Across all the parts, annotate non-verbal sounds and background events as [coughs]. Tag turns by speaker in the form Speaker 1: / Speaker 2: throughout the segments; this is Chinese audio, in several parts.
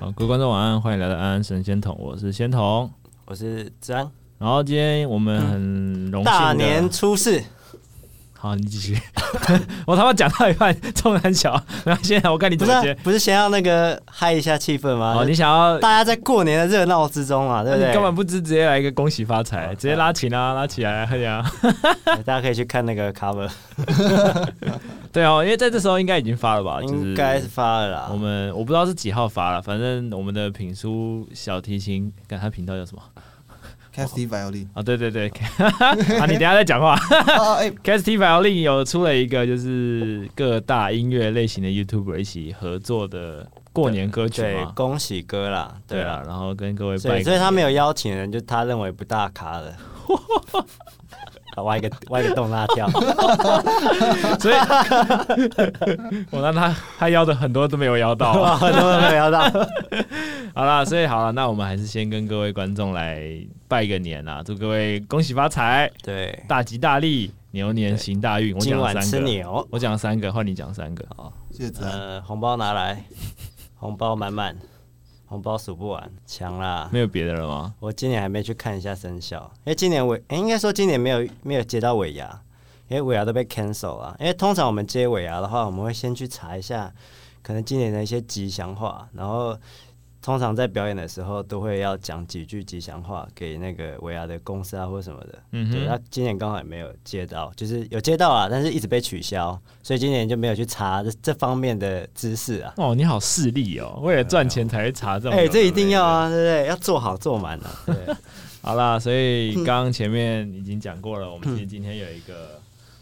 Speaker 1: 好，各位观众晚安，欢迎来到安安神仙桶，我是仙桶。
Speaker 2: 我是子安，
Speaker 1: 然后今天我们很荣幸的
Speaker 2: 大年初四，
Speaker 1: 好，你继续。 [laughs] 我他妈讲到一半，中南小，然后现在我看你
Speaker 2: 不是
Speaker 1: 怎么
Speaker 2: 啊
Speaker 1: 接。
Speaker 2: 不是啊先要那个嗨一下气氛吗？
Speaker 1: 好，你想要，
Speaker 2: 大家在过年的热闹之中啊嘛，对不
Speaker 1: 你
Speaker 2: 对？哦哎
Speaker 1: 根本不直直接来一个恭喜发财，
Speaker 2: 好
Speaker 1: 直接拉琴啊，拉起来啊， [laughs] 哎呀，
Speaker 2: 大家可以去看那个 cover，
Speaker 1: 对哦，因为在这时候应该已经发了吧？就是
Speaker 2: 应该是发了啦。
Speaker 1: 我们我不知道是几号发了，反正我们的品书小提琴，看他频道叫什么
Speaker 3: Casty Violin
Speaker 1: 啊？对对对， [laughs] 啊，你等一下再讲话。 [laughs]
Speaker 3: 啊，哎，
Speaker 1: c a s t i Violin 有出了一个，就是各大音乐类型的 YouTuber 一起合作的过年歌曲
Speaker 2: 对，
Speaker 1: 嘛。
Speaker 2: 恭喜哥啦，
Speaker 1: 对啊，
Speaker 2: 啊。
Speaker 1: 然后跟各位拜
Speaker 2: 所
Speaker 1: 个
Speaker 2: 以，
Speaker 1: 年，
Speaker 2: 所以他没有邀请人，就他认为不大咖 [laughs] 的，啊挖一个挖一个洞让他跳。 [laughs]
Speaker 1: 所以 [laughs] 我让他他邀的很多都没有邀到
Speaker 2: [laughs]
Speaker 1: 啊、
Speaker 2: 哇，能不能聊到？
Speaker 1: 好啦，所以好了，那我们还是先跟各位观众来拜个年啦，祝各位恭喜发财，
Speaker 2: 对，
Speaker 1: 大吉大利，牛年行大运。我
Speaker 2: 今
Speaker 1: 讲了
Speaker 2: 晚吃哦
Speaker 1: 三个，
Speaker 2: 牛，
Speaker 1: 我讲了三个，换你讲三个。
Speaker 3: 谢谢
Speaker 1: 嗯
Speaker 3: 子安，
Speaker 2: 呃，红包拿来， [laughs] 红包满满，红包数不完，强啦！
Speaker 1: 没有别的了吗？
Speaker 2: 我今年还没去看一下生肖，因为今年尾，诶应该说今年没有没有接到尾牙，因为尾牙都被 cancel 了。因为通常我们接尾牙的话，我们会先去查一下，可能今年的一些吉祥话，然后通常在表演的时候都会要讲几句吉祥话给那个尾牙的公司啊或什么的。
Speaker 1: 嗯
Speaker 2: 对，那
Speaker 1: 哼，
Speaker 2: 今年刚好也没有接到，就是有接到啊，但是一直被取消，所以今年就没有去查这这方面的知识啊。
Speaker 1: 哦，你好势利哦，为了赚钱才会查这种。
Speaker 2: 哎、这一定要！啊，对不对？要做好做满啊。对，
Speaker 1: 好啦，所以刚刚前面已经讲过了，我们其实今天有一个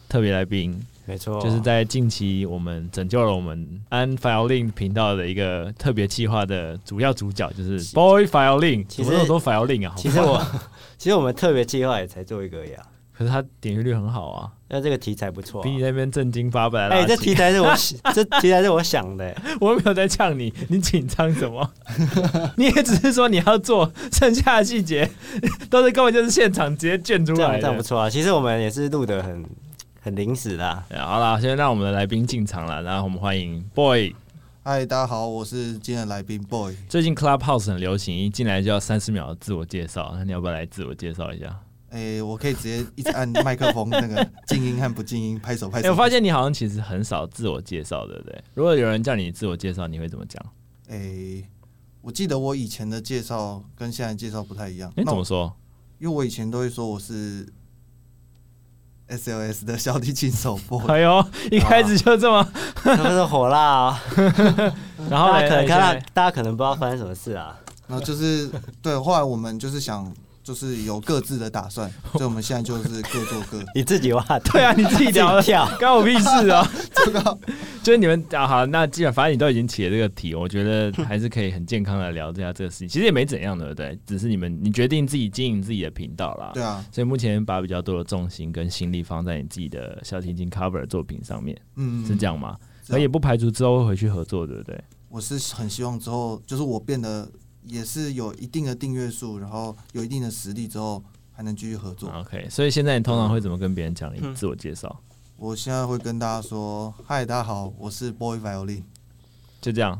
Speaker 1: 特别来宾，
Speaker 2: 没错，
Speaker 1: [laughs] 就是在近期我们拯救了我们安 Filing 频道的一个特别计划的主要主角，就是 Boy Filing。
Speaker 2: 其
Speaker 1: 怎
Speaker 2: 实
Speaker 1: 么那么多 Filing 啊？
Speaker 2: 其实我 [laughs] 其实我们特别计划也才做一个呀，
Speaker 1: 可是他点击率很好啊，
Speaker 2: 那这个题材不错、啊
Speaker 1: 比。你那边正经八百。
Speaker 2: 哎、这题材是我这题材是我想
Speaker 1: [laughs]
Speaker 2: 的、
Speaker 1: 我又没有在呛你，你紧张什么？ [laughs] 你也只是说你要做，剩下的细节都是根本就是现场直接卷出
Speaker 2: 这样
Speaker 1: 来
Speaker 2: 这样不
Speaker 1: 的。
Speaker 2: 错啊。其实我们也是录的很很临时啦。
Speaker 1: 哎好啦，先让我们的来宾进场了，然后我们欢迎 Boy。
Speaker 3: 嗨，大家好，我是今天的来宾 Boy。
Speaker 1: 最近 Clubhouse 很流行，一进来就要三十秒的自我介绍，那你要不要来自我介绍一下？
Speaker 3: 哎，我可以直接一直按麦克风那个静音和不静音，拍手拍
Speaker 1: 哎、
Speaker 3: 手。
Speaker 1: 我发现你好像其实很少自我介绍，对不对？如果有人叫你自我介绍，你会怎么讲？
Speaker 3: 哎，我记得我以前的介绍跟现在的介绍不太一样。
Speaker 1: 哎、
Speaker 3: 那
Speaker 1: 怎
Speaker 3: 我
Speaker 1: 么说？
Speaker 3: 因为我以前都会说我是 SLS 的小提琴手
Speaker 1: [laughs]
Speaker 3: Boy。
Speaker 1: 哎
Speaker 2: [laughs]
Speaker 1: 呦，一开始就这么，
Speaker 2: 他们说火辣、
Speaker 1: [laughs]
Speaker 2: 哦，
Speaker 1: 然后
Speaker 2: 大家可能
Speaker 1: 呢你现
Speaker 2: 看
Speaker 1: 在
Speaker 2: 到大家可能不知道发生什么事啊。
Speaker 3: 然后就是对，后来我们就是想。就是有各自的打算，所以我们现在就是各做
Speaker 1: [laughs]
Speaker 3: 各。
Speaker 2: 你自己挖的，
Speaker 1: 对啊，你自己聊
Speaker 2: [laughs]
Speaker 1: 的
Speaker 2: 自己
Speaker 1: [laughs]
Speaker 2: 跳，
Speaker 1: 关我屁事
Speaker 2: [laughs]
Speaker 1: 啊！就是你们啊，好，那既然反正你都已经起了这个题，我觉得还是可以很健康的聊一下这个事情。其实也没怎样，对不对？只是你们你决定自己经营自己的频道啦。
Speaker 3: 对啊，
Speaker 1: 所以目前把比较多的重心跟心力放在你自己的小提琴 cover 作品上面，
Speaker 3: 嗯，
Speaker 1: 是这样吗？
Speaker 3: 是啊
Speaker 1: 可也不排除之后会回去合作，对不对？
Speaker 3: 我是很希望之后，就是我变得也是有一定的订阅数，然后有一定的实力之后，还能继续合作。
Speaker 1: OK，所以哦现在你通常会怎么跟别人讲
Speaker 3: 嗯
Speaker 1: 你自我介绍？
Speaker 3: 我现在会跟大家说：“嗨，大家好，我是 Boy Violin。
Speaker 1: 就这样，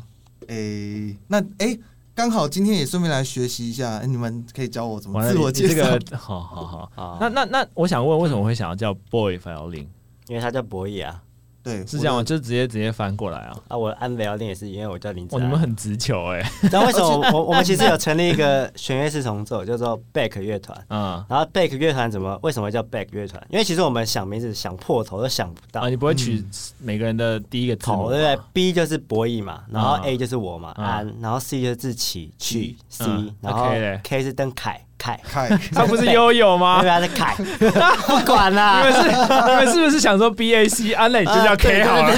Speaker 3: 诶、那诶，刚、好今天也顺便来学习一下、诶你们可以教我怎么
Speaker 1: 完了
Speaker 3: 嗯自我
Speaker 1: 你你
Speaker 3: 介
Speaker 1: 这
Speaker 3: 绍。
Speaker 1: 个， [laughs] 好好好。
Speaker 2: 啊
Speaker 1: 那那那，我想问，为什么会想要叫 Boy Violin？
Speaker 2: 因为他叫博弈啊，
Speaker 3: 对，
Speaker 1: 是这样吗？
Speaker 3: 我的
Speaker 1: 就直接直接翻过来啊？
Speaker 2: 啊，我安聊天也是因为我叫林子
Speaker 1: 哇，
Speaker 2: 安。
Speaker 1: 哦你们很直球哎、
Speaker 2: 你知道为什么我我我们其实有成立一个弦乐四重奏，叫做 Back 乐团。
Speaker 3: 嗯
Speaker 1: 啊、
Speaker 2: 然后 Back 乐团怎么为什么叫 Back 乐团？因为其实我们想名字想破头都想不到
Speaker 1: 啊，，你不会取每个人的第一个字母
Speaker 2: 头
Speaker 1: 吧
Speaker 2: 对不对？B 就是博弈嘛，然后
Speaker 1: 啊
Speaker 2: A 就是我嘛，
Speaker 1: 啊
Speaker 2: 安，然后 C 就是志奇曲 C，
Speaker 1: 嗯
Speaker 2: 然后
Speaker 1: OK 嘞
Speaker 2: K 是邓凯凯，
Speaker 3: 凯，
Speaker 1: [laughs] 他不是悠悠
Speaker 2: 因
Speaker 1: 吗 [laughs]
Speaker 2: 为？他是凯，不管
Speaker 1: 你
Speaker 2: 啦
Speaker 1: 们。是你们是不是想说 B A C 啊？那你就叫 K 好了。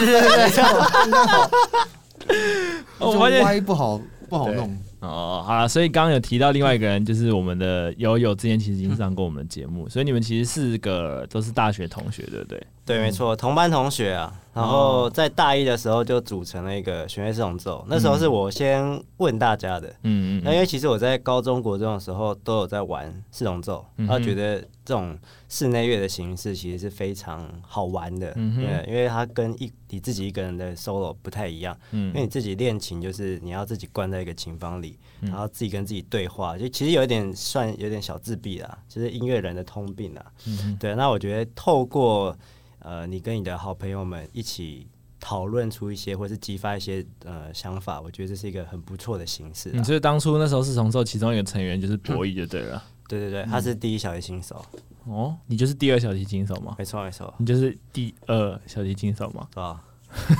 Speaker 1: 哦我
Speaker 3: 就
Speaker 1: 发现
Speaker 3: Y 不好不好
Speaker 1: 对
Speaker 3: 弄。
Speaker 1: 哦，好了，所以刚刚有提到另外一个人，就是我们的悠悠，之前其实已经上过我们的节目，所以你们其实四个都是大学同学，对不对？
Speaker 2: 对，没错，同班同学啊。然
Speaker 1: 哦
Speaker 2: 后在大一的时候就组成了一个弦乐四重奏，那时候是我先问大家的。
Speaker 1: 嗯
Speaker 2: 那因为其实我在高中、国中的时候都有在玩四重奏，
Speaker 1: 嗯
Speaker 2: 然
Speaker 1: 哼
Speaker 2: 后觉得这种室内乐的形式其实是非常好玩的，
Speaker 1: 嗯哼
Speaker 2: 对，因为它跟一你自己一个人的 solo 不太一样，
Speaker 1: 嗯
Speaker 2: 因为你自己练琴就是你要自己关在一个琴房里，
Speaker 1: 嗯
Speaker 2: 然后自己跟自己对话，就其实有点算有点小自闭啦，就是音乐人的通病啦。
Speaker 1: 嗯
Speaker 2: 对，那我觉得透过呃你跟你的好朋友们一起。讨论出一些，或是激发一些呃想法，我觉得这是一个很不错的形式、啊。
Speaker 1: 你嗯所以当初那时候四重奏其中一个成员就是博弈就对了。
Speaker 2: 对对对，他是第一小提琴手，
Speaker 1: 哦，你就是第二小提琴手
Speaker 2: [laughs]
Speaker 1: 吗？
Speaker 2: 没错没错，
Speaker 1: 你就是第二小提琴手
Speaker 2: [laughs]
Speaker 1: 吗？
Speaker 2: 对吧？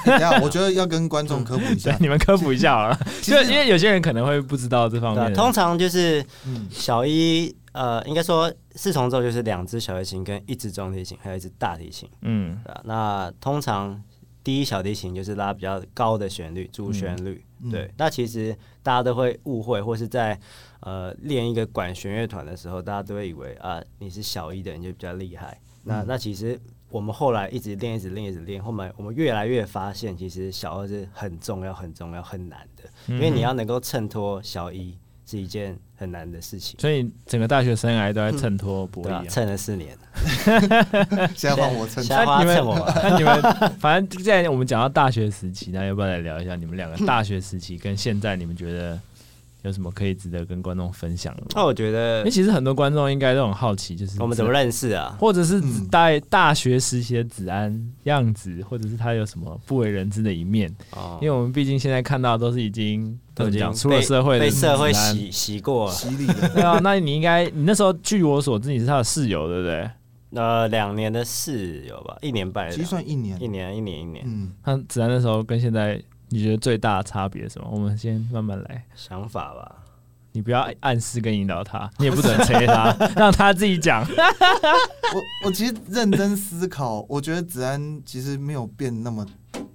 Speaker 3: 等一下，我觉得要跟观众科普一
Speaker 1: 对
Speaker 2: 啊
Speaker 1: [laughs]
Speaker 3: 下，，
Speaker 1: 你们科普一下
Speaker 2: [laughs]
Speaker 1: 好了，
Speaker 3: 其
Speaker 1: 就
Speaker 3: 实
Speaker 1: 因为有些人可能会不知道这方
Speaker 2: 对啊，
Speaker 1: 面的。
Speaker 2: 通常就是
Speaker 3: 嗯
Speaker 2: 小一，呃，应该说四重奏就是两只小提琴跟一只中提琴，还有一只大提琴，
Speaker 1: 嗯
Speaker 2: 对吧？啊那通常第一小提琴就是拉比较高的旋律，主旋律，
Speaker 3: 嗯
Speaker 2: 对。那其实大家都会误会，或是在呃练一个管弦乐团的时候，大家都会以为啊、你是小一的人就比较厉害，那那其实。我们后来一直练，一直练，一直练。后面我们越来越发现，其实小二是很重要、很重要、很难的。因为你要能够衬托小一是一件很难的事情，
Speaker 1: 所以整个大学生涯都在衬托博
Speaker 2: 嗯对吧、
Speaker 1: 弈、啊。
Speaker 2: 衬了四年，
Speaker 3: 现在换我称
Speaker 2: 现
Speaker 1: [laughs]
Speaker 2: 在
Speaker 3: 赞。
Speaker 2: 换
Speaker 1: 你
Speaker 2: 他
Speaker 1: 们
Speaker 2: 衬我
Speaker 3: [laughs]
Speaker 2: 吧，
Speaker 1: 那你们反正既然我们讲到大学时期，那要不要来聊一下你们两个大学时期跟现在你们觉得有什么可以值得跟观众分享的吗？
Speaker 2: 哦那我觉
Speaker 1: 因
Speaker 2: 得
Speaker 1: 为其实很多观众应该都很好奇，就是
Speaker 2: 呃我们怎么认识啊？
Speaker 1: 或者是
Speaker 3: 嗯
Speaker 1: 在大学时期的子安样子，或者是他有什么不为人知的一面？
Speaker 2: 哦
Speaker 1: 因，为我们毕竟现在看到都是已经怎
Speaker 2: 都
Speaker 1: 么
Speaker 2: 已经
Speaker 1: 讲出了社会的
Speaker 2: 被社会
Speaker 1: 子安
Speaker 2: 洗洗过了，
Speaker 3: 洗礼
Speaker 1: [laughs]
Speaker 3: 的，
Speaker 1: 对啊，那你应该你那时候据我所知你是他的室友，对不对？
Speaker 2: 呃，两年的室友吧，一年半的
Speaker 3: 其实
Speaker 2: 两，
Speaker 3: 算一年
Speaker 2: 一。年一年一年，
Speaker 3: 嗯，
Speaker 1: 那子安那时候跟现在你觉得最大的差别是什么？我们先慢慢来。
Speaker 2: 想法吧。
Speaker 1: 你不要暗示跟引导
Speaker 3: [laughs]
Speaker 1: 他，你也不准催他，让他自己讲。
Speaker 3: 我我其实认真思考，我觉得子安其实没有变那么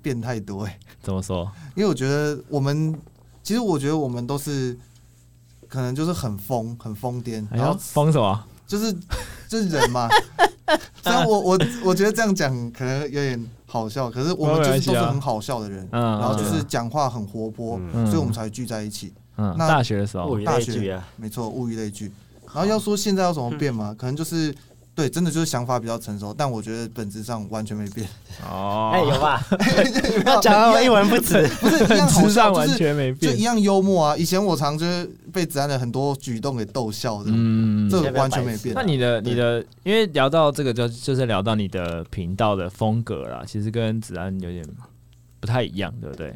Speaker 3: 变太多哎、
Speaker 1: 怎么说？
Speaker 3: 因为我觉得我们其实我觉得我们都是可能就是很疯很疯癫，
Speaker 1: 哎
Speaker 3: 然
Speaker 1: 呦，
Speaker 3: 后
Speaker 1: 封什么？
Speaker 3: 就是 [laughs] 就是
Speaker 1: [laughs]
Speaker 3: 人嘛。虽然我我我觉得这样讲可能有点好笑，可是我们
Speaker 1: 没
Speaker 3: 就是
Speaker 1: 关
Speaker 3: 都
Speaker 1: 系啊
Speaker 3: 是很好笑的人，
Speaker 1: 嗯
Speaker 3: 然后就是讲话很活泼，
Speaker 2: 嗯，
Speaker 1: 嗯
Speaker 3: 所以我们才聚在一起。
Speaker 1: 嗯，
Speaker 3: 那
Speaker 1: 大学的时候
Speaker 3: 哦
Speaker 2: 物，以类聚啊，
Speaker 3: 没错，物以类聚。然后要说现在要怎么
Speaker 1: 嗯
Speaker 3: 变嘛，可能就是对，真的就是想法比较成熟，但我觉得本质上完全没变，
Speaker 1: 哦，
Speaker 2: 哎，有吧？
Speaker 3: 哦
Speaker 2: [laughs] 要讲
Speaker 3: [laughs]
Speaker 2: 到我一文不值，
Speaker 3: 不
Speaker 1: [laughs]
Speaker 3: 是一样好
Speaker 1: 智
Speaker 3: 笑，
Speaker 1: 商
Speaker 3: 就
Speaker 1: 完
Speaker 3: 是
Speaker 1: 全没
Speaker 3: 就
Speaker 1: 变
Speaker 3: 一。样幽默啊。以前我常就是被子安的很多举动给逗笑的，
Speaker 1: 嗯
Speaker 3: 这个完全没变。
Speaker 1: 那你的
Speaker 3: 对
Speaker 1: 你的，因为聊到这个就就是聊到你的频道的风格啦，其实跟子安有点不太一样，对不对？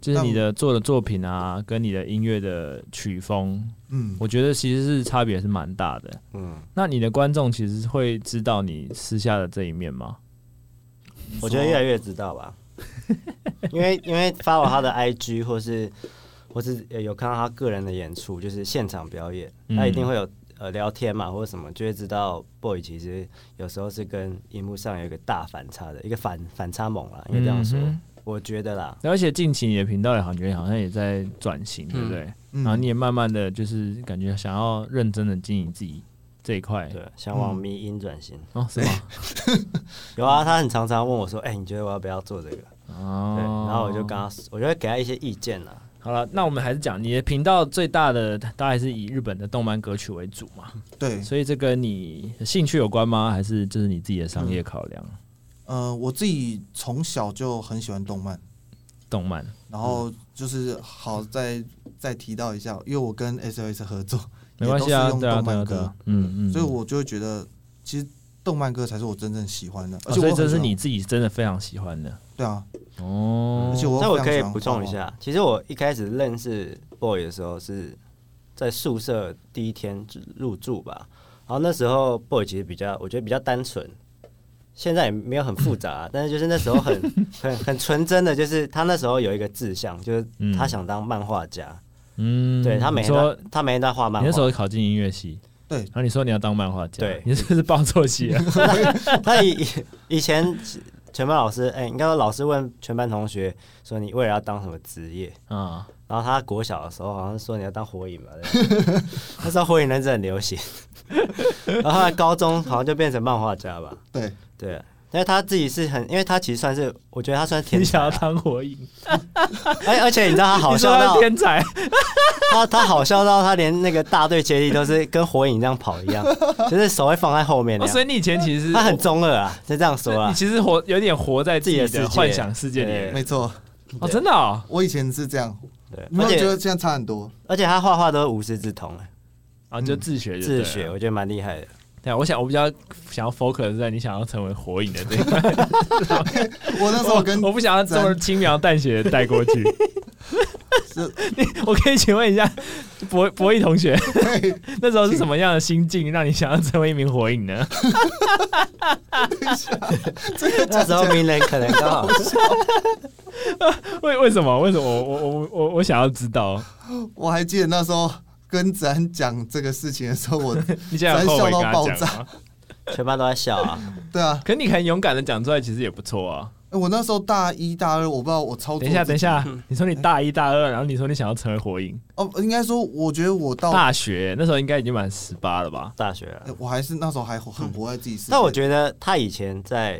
Speaker 1: 就是你的做的作品啊，跟你的音乐的曲风，
Speaker 3: 嗯，
Speaker 1: 我觉得其实是差别是蛮大的。
Speaker 2: 嗯，
Speaker 1: 那你的观众其实会知道你私下的这一面吗？
Speaker 2: 我觉得越来越知道
Speaker 1: [laughs]
Speaker 2: 吧，因为因为发我他的 IG 或是或是有看到他个人的演出，就是现场表演，
Speaker 1: 嗯
Speaker 2: 他一定会有呃聊天嘛或者什么，就会知道 boy 其实有时候是跟荧幕上有一个大反差的一个反反差萌啦，应该这样说，
Speaker 1: 嗯
Speaker 2: 我觉得啦，
Speaker 1: 而且近期你的频道也好像好像也在转型，对不对？
Speaker 3: 嗯
Speaker 1: 然后你也慢慢的就是感觉想要认真的经营自己这一块，
Speaker 2: 对，想往
Speaker 3: 嗯
Speaker 2: 迷音转型，
Speaker 1: 哦，是 [laughs] 吗？
Speaker 2: 有啊，他很常常问我说，哎、你觉得我要不要做这个？
Speaker 1: 哦
Speaker 2: 对，，然后我就跟他，我就会给他一些意见啦，
Speaker 1: 好了，那我们还是讲你的频道最大的，当然是以日本的动漫歌曲为主嘛，
Speaker 3: 对，
Speaker 1: 所以这跟你的兴趣有关吗？还是就是你自己的商业考量？
Speaker 3: 呃，我自己从小就很喜欢动漫，
Speaker 1: 动漫，
Speaker 3: 然后就是好再再提到一下，因为我跟 SOS 合作，
Speaker 1: 没关系啊，
Speaker 3: 也都是
Speaker 1: 对
Speaker 3: 用
Speaker 1: 啊，
Speaker 3: 动
Speaker 1: 对啊，
Speaker 3: 漫
Speaker 1: 对
Speaker 3: 歌
Speaker 1: 啊，，嗯嗯，
Speaker 3: 所以我就会觉得其实动漫歌才是我真正喜欢的，
Speaker 1: 哦
Speaker 3: 而且我
Speaker 1: 所以
Speaker 3: 很喜
Speaker 1: 这
Speaker 3: 欢
Speaker 1: 是你自己真的非常喜欢的
Speaker 3: 对啊，
Speaker 1: 哦
Speaker 3: 而，且我
Speaker 2: 那我
Speaker 3: 非常
Speaker 2: 可以
Speaker 3: 喜欢
Speaker 2: 补
Speaker 3: 画画
Speaker 2: 充一，下，其实我一开始认识 boy 的时候是在宿舍第一天入住吧，然后那时候 boy 其实比较，我觉得比较单纯，现在也没有很复杂、但是就是那时候
Speaker 3: [laughs]
Speaker 2: 很很很纯真的，就是他那时候有一个志向，就是
Speaker 1: 嗯
Speaker 2: 他想当漫画家，
Speaker 1: 嗯
Speaker 2: 对他每
Speaker 1: 你
Speaker 2: 天
Speaker 1: 说
Speaker 2: 在他每天在画漫
Speaker 1: 你那时
Speaker 2: 画，
Speaker 1: 候考进音乐系，
Speaker 3: 对
Speaker 1: 然后你说你要当漫画家，
Speaker 2: 对
Speaker 1: 你是不是报错戏啊
Speaker 2: [laughs]
Speaker 1: 了？
Speaker 2: 他以以前全班老师，哎、应该说老师问全班同学说你未来要当什么职业？
Speaker 1: 啊，
Speaker 2: 然后他国小的时候好像说你要当火影嘛，对不对 [laughs] 那时候火影忍者很流行。 [laughs] 然后后来高中好像就变成漫画家吧，
Speaker 3: 对，
Speaker 2: 对啊。但是他自己是很，因为他其实算是，我觉得他算是天
Speaker 1: 你想
Speaker 2: 才 [laughs]
Speaker 1: 要
Speaker 2: 啊，
Speaker 1: 当火影，
Speaker 2: 而而且你知道他好
Speaker 1: 你说
Speaker 2: 笑
Speaker 1: 他
Speaker 2: 到哎
Speaker 1: 是
Speaker 2: [laughs]
Speaker 1: 天才，
Speaker 2: 他他好笑到他连那个大队接力都是跟火影这样跑一
Speaker 1: [laughs]
Speaker 2: 样，就是手会放在后面那
Speaker 1: 哦所
Speaker 2: 样。
Speaker 1: 以你以前其实
Speaker 2: 他很中二啊，就这样说
Speaker 1: 你
Speaker 2: 啊。
Speaker 1: 其实活有点活在自己
Speaker 2: 自己的世界
Speaker 1: 幻想世界里面
Speaker 2: 对
Speaker 3: 没错，
Speaker 1: 哦，真的哦，
Speaker 3: 我以前是这样，
Speaker 2: 对，
Speaker 3: 你
Speaker 2: 而
Speaker 3: 有没有觉
Speaker 2: 且
Speaker 3: 得现在差很多？
Speaker 2: 而且他画画都是无师自通，哎
Speaker 1: 啊，就自学就对
Speaker 2: 自
Speaker 1: 了
Speaker 2: 学，。我觉得蛮厉害的。
Speaker 1: 对啊，我想我比较想要 focus 在你想要成为火影的这一块，
Speaker 3: 我 [laughs] 那时
Speaker 2: [laughs]
Speaker 3: 候跟
Speaker 1: [laughs] 我不想要这么轻描淡写的带过
Speaker 3: [laughs]
Speaker 1: 去。 [laughs] 你我可以请问一下博博弈同学，
Speaker 3: [laughs]
Speaker 1: [laughs] 那时候是什么样的心境让你想要成为一名火影呢？
Speaker 2: 那时候鸣人可能刚好，
Speaker 1: [laughs] 为为什么？为什么我我我我我想要知道？
Speaker 3: 我还记得那时候跟子安讲这个事情的时候，
Speaker 2: [laughs]
Speaker 3: 我
Speaker 1: 你现在有后悔跟他
Speaker 3: 咱笑到
Speaker 1: 讲吗
Speaker 3: 爆？
Speaker 2: 全班都在笑啊。
Speaker 3: 对啊，
Speaker 1: 可你很勇敢的讲出来，其实也不错啊。
Speaker 3: 哎我那时候大一大二，我不知道我操作。
Speaker 1: 等一下，等一，下，
Speaker 3: 嗯
Speaker 1: 你说你大一大二，然后你说你想要成为火影，
Speaker 3: 哦，应该说，我觉得我到，
Speaker 1: 大学那时候应该已经满十八了吧？
Speaker 2: 大学啊
Speaker 3: 哎，我还是那时候还活很活在自己世界。
Speaker 2: 但嗯我觉得他以前在，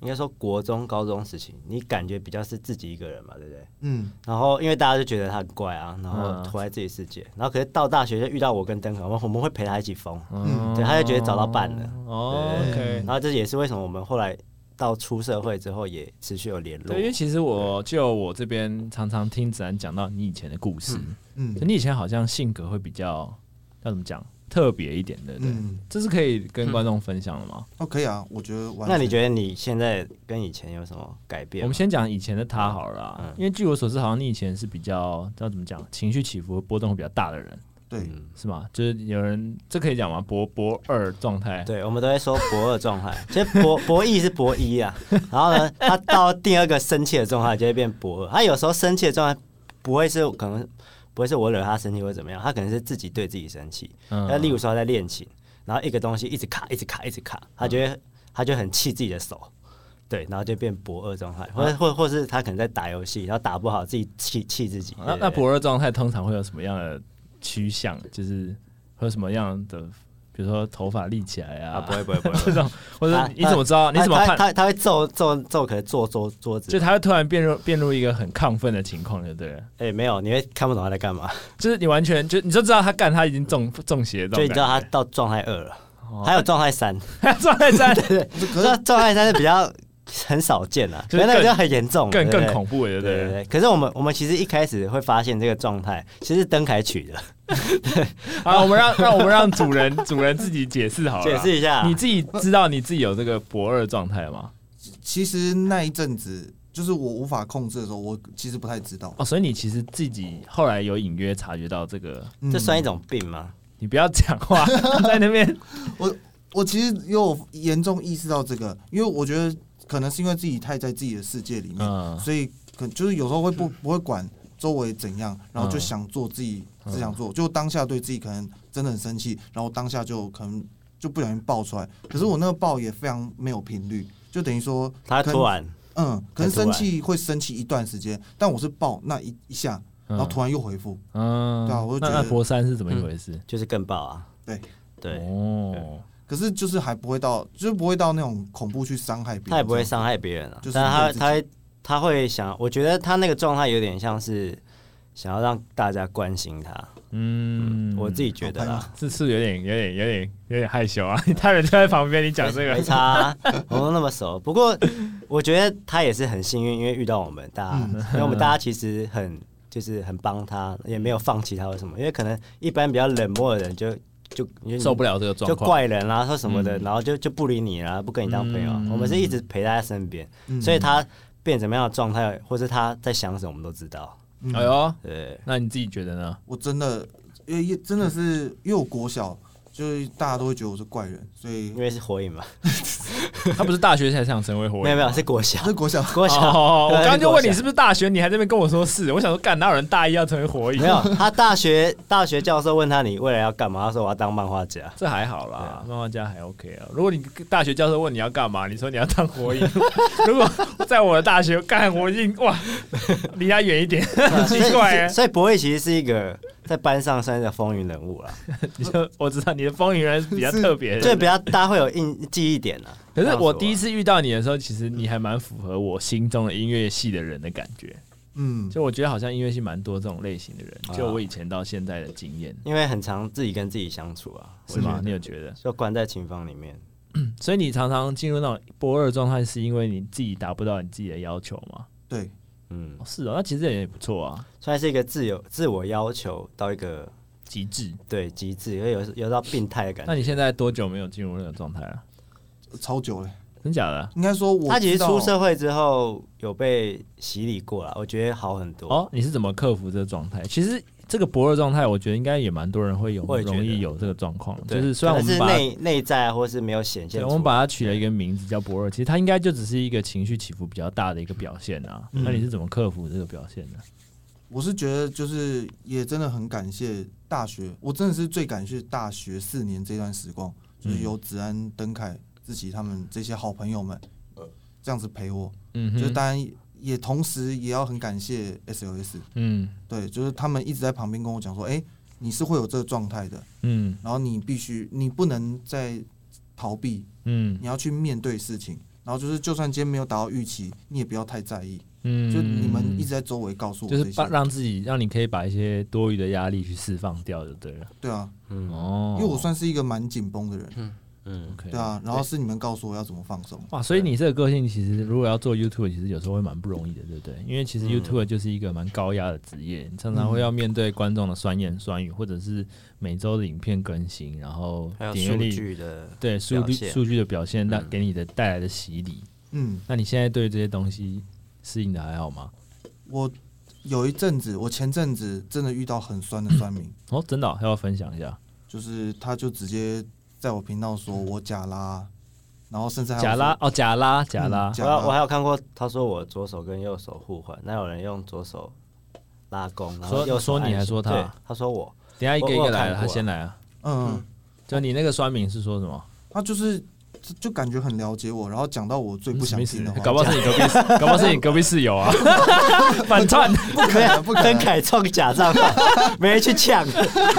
Speaker 2: 应该说国中、高中时期，你感觉比较是自己一个人嘛，对不对？
Speaker 3: 嗯，
Speaker 2: 然后因为大家就觉得他很怪啊，然后
Speaker 1: 嗯
Speaker 2: 活在自己世界。然后可是到大学就遇到我跟登可，我们我们会陪他一起疯。
Speaker 1: 嗯，
Speaker 2: 对，他就觉得找到伴了。
Speaker 1: 哦
Speaker 2: 对
Speaker 1: ，OK
Speaker 2: 然。后这也是为什么我们后来到出社会之后也持续有联络
Speaker 1: 对，。因为其实我就我这边常常听子安讲到你以前的故事，
Speaker 3: 嗯
Speaker 1: 就你以前好像性格会比较要怎么讲特别一点，对不对？
Speaker 3: 嗯，
Speaker 1: 这是可以跟观众分享的吗？
Speaker 3: 哦，可以啊，我觉得完全。
Speaker 2: 那你觉得你现在跟以前有什么改变吗？
Speaker 1: 我们先讲以前的他好了啦，
Speaker 2: 嗯
Speaker 1: 因为据我所知，好像你以前是比较要怎么讲，情绪起伏波动会比较大的人，
Speaker 3: 对？
Speaker 2: 嗯
Speaker 1: 是吗？就是有人这可以讲吗？博博二状态，
Speaker 2: 对，我们都会说博二状态，其实博博弈是博一啊，然后呢，他到第二个生气的状态就会变博二。他有时候生气的状态不会是可能不会是我惹他生气或者怎么样，他可能是自己对自己生气。那、
Speaker 1: 嗯
Speaker 2: 例如说他在练琴，然后一个东西一直卡，一直卡，一直卡，他觉
Speaker 1: 嗯
Speaker 2: 得、他就很气自己的手，对，然后就变博二
Speaker 1: 啊
Speaker 2: 状态，或者或或是他可能在打游戏，然后打不好自己气气自己。
Speaker 1: 那
Speaker 2: 对
Speaker 1: 啊那博二状态通常会有什么样的趋向？就是会有什么样的，比如说头发立起来啊，
Speaker 2: 啊，不会不会不会，
Speaker 1: [laughs] 这种，或者
Speaker 2: 啊
Speaker 1: 你怎么知道？你怎么
Speaker 2: 他
Speaker 1: 判？
Speaker 2: 他他会揍揍揍，可能坐桌桌子
Speaker 1: 就。他会突然变入变入一个很亢奋的情况，就对了，
Speaker 2: 哎、没有，你会看不懂他在干嘛。
Speaker 1: 就是你完全就你就知道他干他已经中中邪的
Speaker 2: 就
Speaker 1: 这
Speaker 2: 你
Speaker 1: 种
Speaker 2: 知道他
Speaker 1: 感觉
Speaker 2: 到状态二了，
Speaker 1: 哦
Speaker 2: 还有状态三，
Speaker 1: [laughs] 状态
Speaker 2: [laughs]
Speaker 1: 三
Speaker 3: 这可
Speaker 2: 那
Speaker 3: 是
Speaker 2: 状态三是比较很少见的，可
Speaker 1: 就是
Speaker 2: 是那个
Speaker 1: 更
Speaker 2: 就很严重了，
Speaker 1: 更
Speaker 2: 对不
Speaker 1: 更
Speaker 2: 对
Speaker 1: 恐怖了，对
Speaker 2: 对
Speaker 1: 不
Speaker 2: 对对。
Speaker 1: 对？
Speaker 2: 可是我们我们其实一开始会发现这个状态，其实是灯凯取的，
Speaker 1: [laughs] 好，我们让让我们让主人主人自己解释好了
Speaker 2: 解
Speaker 1: 啦，
Speaker 2: 释一下，
Speaker 1: 你自己知道你自己有这个博二状态吗？
Speaker 3: 其实那一阵子，就是我无法控制的时候，我其实不太知道。
Speaker 1: 哦，所以你其实自己后来有隐约察觉到这个，
Speaker 3: 嗯
Speaker 2: 这算一种病吗？
Speaker 1: 你不要讲 [laughs] 话，在那边
Speaker 3: 我其实有严重意识到这个，因为我觉得可能是因为自己太在自己的世界里面，
Speaker 2: 啊
Speaker 1: 嗯
Speaker 3: 所以可就是有时候会不不会管周围怎样，然后就
Speaker 1: 嗯
Speaker 3: 想做自己
Speaker 1: 嗯
Speaker 3: 只想做，就当下对自己可能真的很生气，然后当下就可能就不小心爆出来。可是我那个爆也非常没有频率，就等于说
Speaker 2: 他
Speaker 3: 可
Speaker 2: 突
Speaker 3: 能
Speaker 2: 然
Speaker 3: 嗯，可
Speaker 2: 很
Speaker 3: 能
Speaker 2: 突然
Speaker 3: 生气会生气一段时间，但我是爆那一一下，然后突然又回复，
Speaker 1: 嗯，
Speaker 3: 对啊我就
Speaker 1: 那
Speaker 3: 觉得
Speaker 1: 那博三是怎么一回事？
Speaker 2: 就是更爆啊，
Speaker 3: 对
Speaker 2: 对，
Speaker 1: 哦，
Speaker 3: 可是就是还不会到，就是不会到那种恐怖去伤害别人，
Speaker 2: 他也不会伤害别人啊
Speaker 3: 就，是
Speaker 2: 但
Speaker 3: 对
Speaker 2: 是
Speaker 3: 自
Speaker 2: 他他会他会想，我觉得他那个状态有点像是想要让大家关心他，
Speaker 1: 嗯，
Speaker 2: 我自己觉得
Speaker 3: 好
Speaker 2: 啦
Speaker 3: 拍。
Speaker 1: 是是有点有点有点有点害羞啊， [laughs] 他人就在旁边，你讲这
Speaker 2: 没
Speaker 1: 个，
Speaker 2: 差、啊，我们都那么熟。不过我觉得他也是很幸运，因为遇到我们大家，
Speaker 1: 嗯
Speaker 2: 因为我们大家其实很就是很帮他，也没有放弃他或什么。因为可能一般比较冷漠的人就就就
Speaker 1: 受不了这个状
Speaker 2: 就
Speaker 1: 况，
Speaker 2: 怪人啦、啊、或什么的，然后就就不理你啦、不跟你当朋友。啊
Speaker 1: 嗯
Speaker 2: 我们是一直陪在他身边，
Speaker 3: 嗯
Speaker 2: 所以他变怎么样的状态，或是他在想什么，我们都知道。
Speaker 3: 嗯
Speaker 1: 哎呦，
Speaker 2: 对，
Speaker 1: 那你自己觉得呢？
Speaker 3: 我真的，因为真的是因为我国小，就是大家都会觉得我是怪人，所以
Speaker 2: 因为是火影嘛，
Speaker 1: 他不是大学才想成为活人吗，
Speaker 2: 没有没有是国小
Speaker 3: 这，是国小
Speaker 2: 国小，
Speaker 1: [laughs] 哦，我
Speaker 2: 对
Speaker 1: 刚刚就问你
Speaker 2: 国小
Speaker 1: 是不是大学，你还在那边跟我说是，我想说干哪有人大一要成为火影？
Speaker 2: 没有，他大学大学教授问他你未来要干嘛，他说我要当漫画家。
Speaker 1: 这还好啦，漫画家还 OK 啊。如果你大学教授问你要干嘛，你说你要当火 [laughs] 影，如果在我的大学干火影，哇， [laughs] 离他远一 [laughs] 点。
Speaker 2: 所以
Speaker 1: 奇怪欸
Speaker 2: 所以博弈其实是一个在班上算是风云人物
Speaker 1: [laughs]
Speaker 2: 啦，
Speaker 1: 你说我知道你的风云人啊是比较特别
Speaker 2: 就
Speaker 1: 的，
Speaker 2: 比较大家会有印记忆点啊。
Speaker 1: 可是我第一
Speaker 2: 次
Speaker 1: 次遇到你的时候，其实你还蛮符合我心中的音乐系的人的感觉。
Speaker 3: 嗯，
Speaker 1: 就我觉得好像音乐系蛮多这种类型的人，
Speaker 2: 啊
Speaker 1: 就我以前到现在的经验，
Speaker 2: 因为很常自己跟自己相处啊，
Speaker 1: 是吗？你有觉得？
Speaker 2: 就关在琴房里面。
Speaker 1: 所以你常常进入那种波二状态，是因为你自己达不到你自己的要求吗？
Speaker 3: 对，
Speaker 2: 嗯
Speaker 1: 哦，是哦，那其实也不错啊，
Speaker 2: 算是一个自由自我要求到一个
Speaker 1: 极致。
Speaker 2: 对极致，因为有有到病态的感
Speaker 1: 那
Speaker 2: 觉。
Speaker 1: 你现在多久没有进入那个状态了？
Speaker 3: 超久了。
Speaker 1: 真假的？
Speaker 3: 应该说我
Speaker 2: 他其实
Speaker 3: 知道
Speaker 2: 出社会之后有被洗礼过了，我觉得好很多。
Speaker 1: 哦，你是怎么克服这个状态？其实这个薄弱状态，我觉得应该也蛮多人会有
Speaker 2: 我也觉得
Speaker 1: 容易有这个状况，
Speaker 2: 对，
Speaker 1: 就是虽然我
Speaker 2: 可能
Speaker 1: 们
Speaker 2: 是
Speaker 1: 把
Speaker 2: 内内在啊或是没有显现
Speaker 1: 对
Speaker 2: 出来，
Speaker 1: 我们把它取了一个名字叫薄弱，其实它应该就只是一个情绪起伏比较大的一个表现啊。
Speaker 3: 嗯
Speaker 1: 那你是怎么克服这个表现的？
Speaker 3: 我是觉得就是也真的很感谢大学，我真的是最感谢大学四年这段时光，就是
Speaker 2: 嗯
Speaker 3: 有子安、登凯、志奇他们这些好朋友们，这样子陪我。
Speaker 1: 嗯
Speaker 3: 就是
Speaker 1: 哼，
Speaker 3: 当然也同时也要很感谢 SOS，
Speaker 1: 嗯
Speaker 3: 对，就是他们一直在旁边跟我讲说，哎、你是会有这个状态的，
Speaker 1: 嗯
Speaker 3: 然后你必须你不能再逃避，
Speaker 1: 嗯
Speaker 3: 你要去面对事情。然后就是，就算今天没有达到预期，你也不要太在意。
Speaker 1: 嗯，
Speaker 3: 就你们一直在周围告诉我
Speaker 1: 就
Speaker 3: 这
Speaker 1: 是
Speaker 3: 些，
Speaker 1: 把让自己让你可以把一些多余的压力去释放掉就对了。
Speaker 3: 对啊，
Speaker 2: 嗯
Speaker 1: 哦
Speaker 3: 因，为我算是一个蛮紧绷的人，
Speaker 2: 嗯，
Speaker 1: OK
Speaker 3: 对啊，然后是你们告诉我要怎么放松，
Speaker 1: 哇，所以你这个个性其实如果要做 YouTube，其实有时候会蛮不容易的，对不对？因为其实
Speaker 2: 嗯
Speaker 1: YouTube 就是一个蛮高压的职业，你常常会要面对观众的酸言酸语，或者是每周的影片更新，然后
Speaker 2: 还有
Speaker 1: 点阅
Speaker 2: 数
Speaker 1: 率。
Speaker 2: 据的，
Speaker 1: 对数据
Speaker 2: 表现
Speaker 1: 数据的表现，那
Speaker 2: 嗯
Speaker 1: 给你的带来的洗礼，
Speaker 3: 嗯，
Speaker 1: 那你现在对这些东西适应的还好吗？
Speaker 3: 我有一阵子，我前阵子真的遇到很酸的
Speaker 1: [coughs]
Speaker 3: 酸民，
Speaker 1: 哦，真的哦、要不要分享一下？
Speaker 3: 就是他就直接在我频道说我假拉，然后甚至还有
Speaker 1: 贾拉哦，贾拉，贾拉
Speaker 3: 嗯，
Speaker 2: 我
Speaker 3: 假
Speaker 2: 有我还
Speaker 3: 拉，
Speaker 2: 有看过，他说我左手跟右手互换，那有人用左手拉弓，然后
Speaker 1: 说
Speaker 2: 右手
Speaker 1: 说你
Speaker 2: 按
Speaker 1: 还
Speaker 2: 下
Speaker 1: 说他
Speaker 2: 对，他说我，
Speaker 1: 等一下一个一
Speaker 2: 我
Speaker 1: 个
Speaker 2: 有看
Speaker 1: 来了，
Speaker 2: 过
Speaker 1: 他
Speaker 2: 啊
Speaker 1: 先来啊。
Speaker 3: 嗯，
Speaker 1: 就你那个酸民是说什么？
Speaker 3: 他就是就就感觉很了解我，然后讲到我最不
Speaker 1: 什
Speaker 3: 想
Speaker 1: 么意思
Speaker 3: 听的话，
Speaker 1: 搞不好是你隔壁，搞不好是你隔壁室
Speaker 2: [laughs]
Speaker 1: 友啊，反串。
Speaker 3: 不可能， [laughs] 不可
Speaker 2: 邓
Speaker 3: 能，
Speaker 2: 凯创假账
Speaker 3: [laughs]
Speaker 2: 号，没人去抢，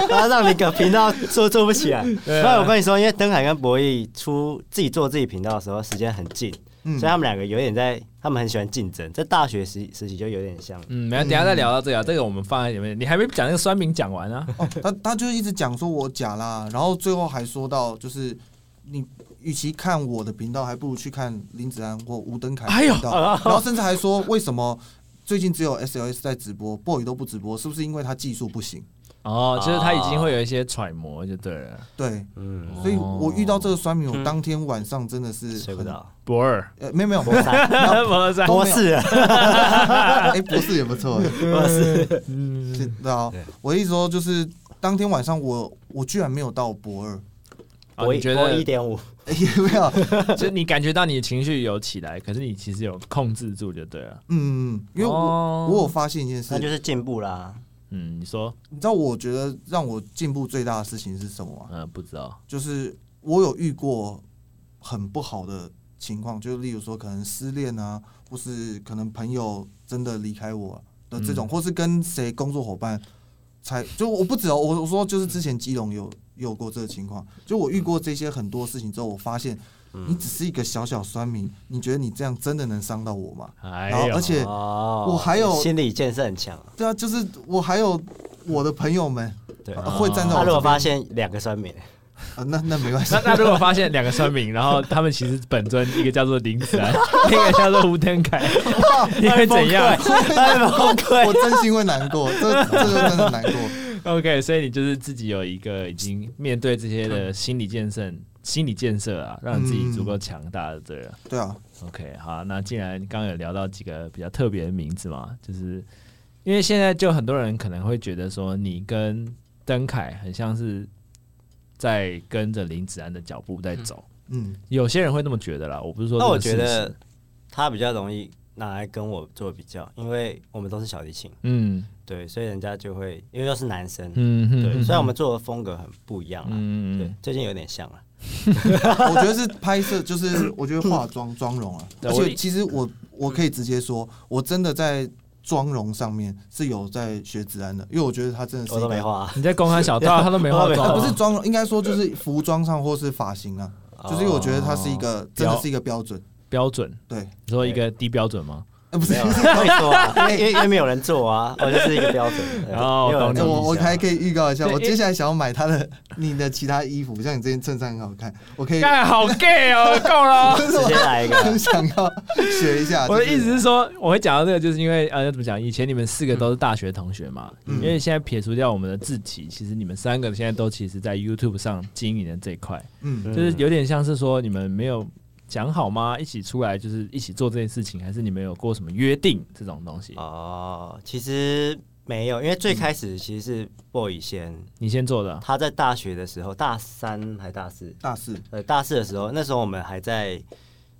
Speaker 2: 然后让你个频道做做不起来。
Speaker 1: 对啊
Speaker 2: 所以我跟你说，因为邓凯跟博弈出自己做自己频道的时候时间很近，
Speaker 3: 嗯
Speaker 2: 所以他们两个有点在，他们很喜欢竞争，在大学时时期就有点像。
Speaker 1: 嗯，没有，等一下再聊到这个啊，这个我们放在里面。你还没讲那个酸民讲完啊？
Speaker 3: 哦，他他就一直讲说我假啦，然后最后还说到就是你。与其看我的频道，还不如去看林子安或吴登凯
Speaker 1: 哎
Speaker 3: 的
Speaker 1: 呦
Speaker 3: 频道。然后甚至还说，为什么最近只有 SLS 在直播，Boy 都不直播，是不是因为他技术不行？
Speaker 1: 哦，就是他已经会有一些揣摩就对了。
Speaker 3: 对，
Speaker 2: 嗯，
Speaker 3: 所以我遇到这个酸民，
Speaker 2: 嗯
Speaker 3: 我当天晚上真的是
Speaker 2: 睡不
Speaker 3: 很。
Speaker 2: 着，
Speaker 1: 博
Speaker 3: [laughs]
Speaker 1: 尔，
Speaker 3: 呃，没有没有，
Speaker 2: 博三
Speaker 1: 博
Speaker 2: [laughs]
Speaker 3: 嗯
Speaker 1: 士，
Speaker 2: 博士啊，
Speaker 3: 哎，博士也不错，
Speaker 2: 博士，
Speaker 3: [laughs] 是对啊
Speaker 2: 对。
Speaker 3: 我的意思说，就是当天晚上我我居然没有到博二，
Speaker 1: 哦
Speaker 3: 哎
Speaker 2: 博
Speaker 1: 你
Speaker 2: 一
Speaker 1: 觉
Speaker 2: 博一
Speaker 1: 得
Speaker 2: 点五，
Speaker 3: 也没有，
Speaker 1: 就是你感觉到你的情绪有起来，可是你其实有控制住就对了。
Speaker 3: 嗯，因为我
Speaker 1: 哦
Speaker 3: 我有发现一件事
Speaker 2: 那，就是进步啦。
Speaker 1: 嗯，你说，
Speaker 3: 你知道我觉得让我进步最大的事情是什么吗？
Speaker 1: 嗯，不知道，
Speaker 3: 就是我有遇过很不好的情况，就例如说可能失恋啊，或是可能朋友真的离开我的这种，
Speaker 1: 嗯
Speaker 3: 或是跟谁工作伙伴才就我不止哦，我我说就是之前基隆有有过这个情况，就我遇过这些很多事情之后，我发现你只是一个小小酸民，你觉得你这样真的能伤到我吗？
Speaker 1: 哎
Speaker 3: 然后
Speaker 1: 呦，
Speaker 3: 而且
Speaker 2: 哦
Speaker 3: 我还有
Speaker 2: 心理建设很强。
Speaker 3: 对啊，就是我还有我的朋友们
Speaker 2: 对，
Speaker 3: 呃会站在
Speaker 2: 他
Speaker 3: 我
Speaker 2: 如果
Speaker 3: 这
Speaker 2: 发
Speaker 3: 边，
Speaker 2: 现两个酸民，
Speaker 3: 呃那那没关系
Speaker 1: 那，那如果发现两个酸民，然后他们其实本尊一个叫做林
Speaker 3: [laughs]
Speaker 1: 子安，另一个叫做吴登凯，你会怎样
Speaker 3: [laughs]
Speaker 2: 他们崩溃。
Speaker 3: 我真心会难过，这这个真
Speaker 2: [laughs]
Speaker 3: 的难过。
Speaker 1: ？OK，所以你就是自己有一个已经面对这些的心理建设，心理建设啊，让你自己足够强大的对了。
Speaker 3: 对啊，
Speaker 1: OK，好，那既然刚刚有聊到几个比较特别的名字嘛，就是因为现在就很多人可能会觉得说，你跟登凯很像是在跟着林子安的脚步在走，
Speaker 3: 嗯，
Speaker 1: 有些人会这么觉得啦，我不是说
Speaker 2: 那
Speaker 1: 这
Speaker 2: 我
Speaker 1: 个
Speaker 2: 觉
Speaker 1: 事
Speaker 2: 得
Speaker 1: 实，
Speaker 2: 他比较容易拿来跟我做比较，因为我们都是小提琴，
Speaker 1: 嗯
Speaker 2: 对，所以人家就会因为都是男生，
Speaker 1: 嗯嗯，
Speaker 2: 对，
Speaker 1: 嗯
Speaker 2: 虽然我们做的风格很不一样啊，
Speaker 1: 嗯
Speaker 2: 对
Speaker 1: 嗯，
Speaker 2: 最近有点像啊，
Speaker 3: 我觉得是拍摄，就是我觉得化妆妆容啊，
Speaker 1: 对
Speaker 3: 而
Speaker 1: 我
Speaker 3: 且其实我我可以直接说，我真的在妆容上面是有在学子安的，因为我觉得他真的是
Speaker 2: 我
Speaker 3: 一
Speaker 2: 都没
Speaker 3: 个。
Speaker 2: 画啊，
Speaker 1: 你在公开小道，他都没化
Speaker 3: 啊，
Speaker 1: 妆，
Speaker 3: 不是妆容，应该说就是服装上或是发型啊，就是因为我觉得他是一
Speaker 2: 哦
Speaker 3: 个真的是一个标准，
Speaker 1: 标准，
Speaker 3: 对，
Speaker 1: 你说一个低标准吗？
Speaker 3: 呃，不是
Speaker 2: 没，有
Speaker 3: [laughs]
Speaker 2: 啊，我跟你说啊，因为因为没有人做啊，我就是一个标准。对
Speaker 1: [laughs] 哦
Speaker 2: 没有人
Speaker 1: 懂你
Speaker 2: 做
Speaker 3: 我我
Speaker 2: 一下
Speaker 3: 还可以预告一下，
Speaker 1: 对
Speaker 3: 我
Speaker 1: 因为
Speaker 3: 接下来想要买他的 [laughs] 你的其他衣服，像你这件衬衫很好看，
Speaker 1: [laughs]
Speaker 3: 我可以
Speaker 1: 干好 gay 哦，够了哦。
Speaker 3: [laughs] 真
Speaker 2: 直接
Speaker 3: 的
Speaker 2: 来一
Speaker 3: 我很
Speaker 2: 个，
Speaker 3: 想要学一
Speaker 2: 啊
Speaker 3: 下。
Speaker 1: 我的
Speaker 3: 就是
Speaker 1: 意思是说，我会讲到这个，就是因为呃，怎么讲？以前你们四个都是大学同学嘛，
Speaker 3: 嗯
Speaker 1: 因为现在撇除掉我们的字体，其实你们三个现在都其实，在 YouTube 上经营的这一块，
Speaker 3: 嗯，
Speaker 1: 就是
Speaker 2: 嗯
Speaker 1: 有点像是说你们没有讲好吗？一起出来就是一起做这件事情，还是你们有过什么约定这种东西？
Speaker 2: 哦，其实没有，因为最开始其实是 boy 先，
Speaker 1: 你先做的啊，
Speaker 2: 他在大学的时候，大三还大四，
Speaker 3: 大四，
Speaker 2: 呃，大四的时候，那时候我们还在，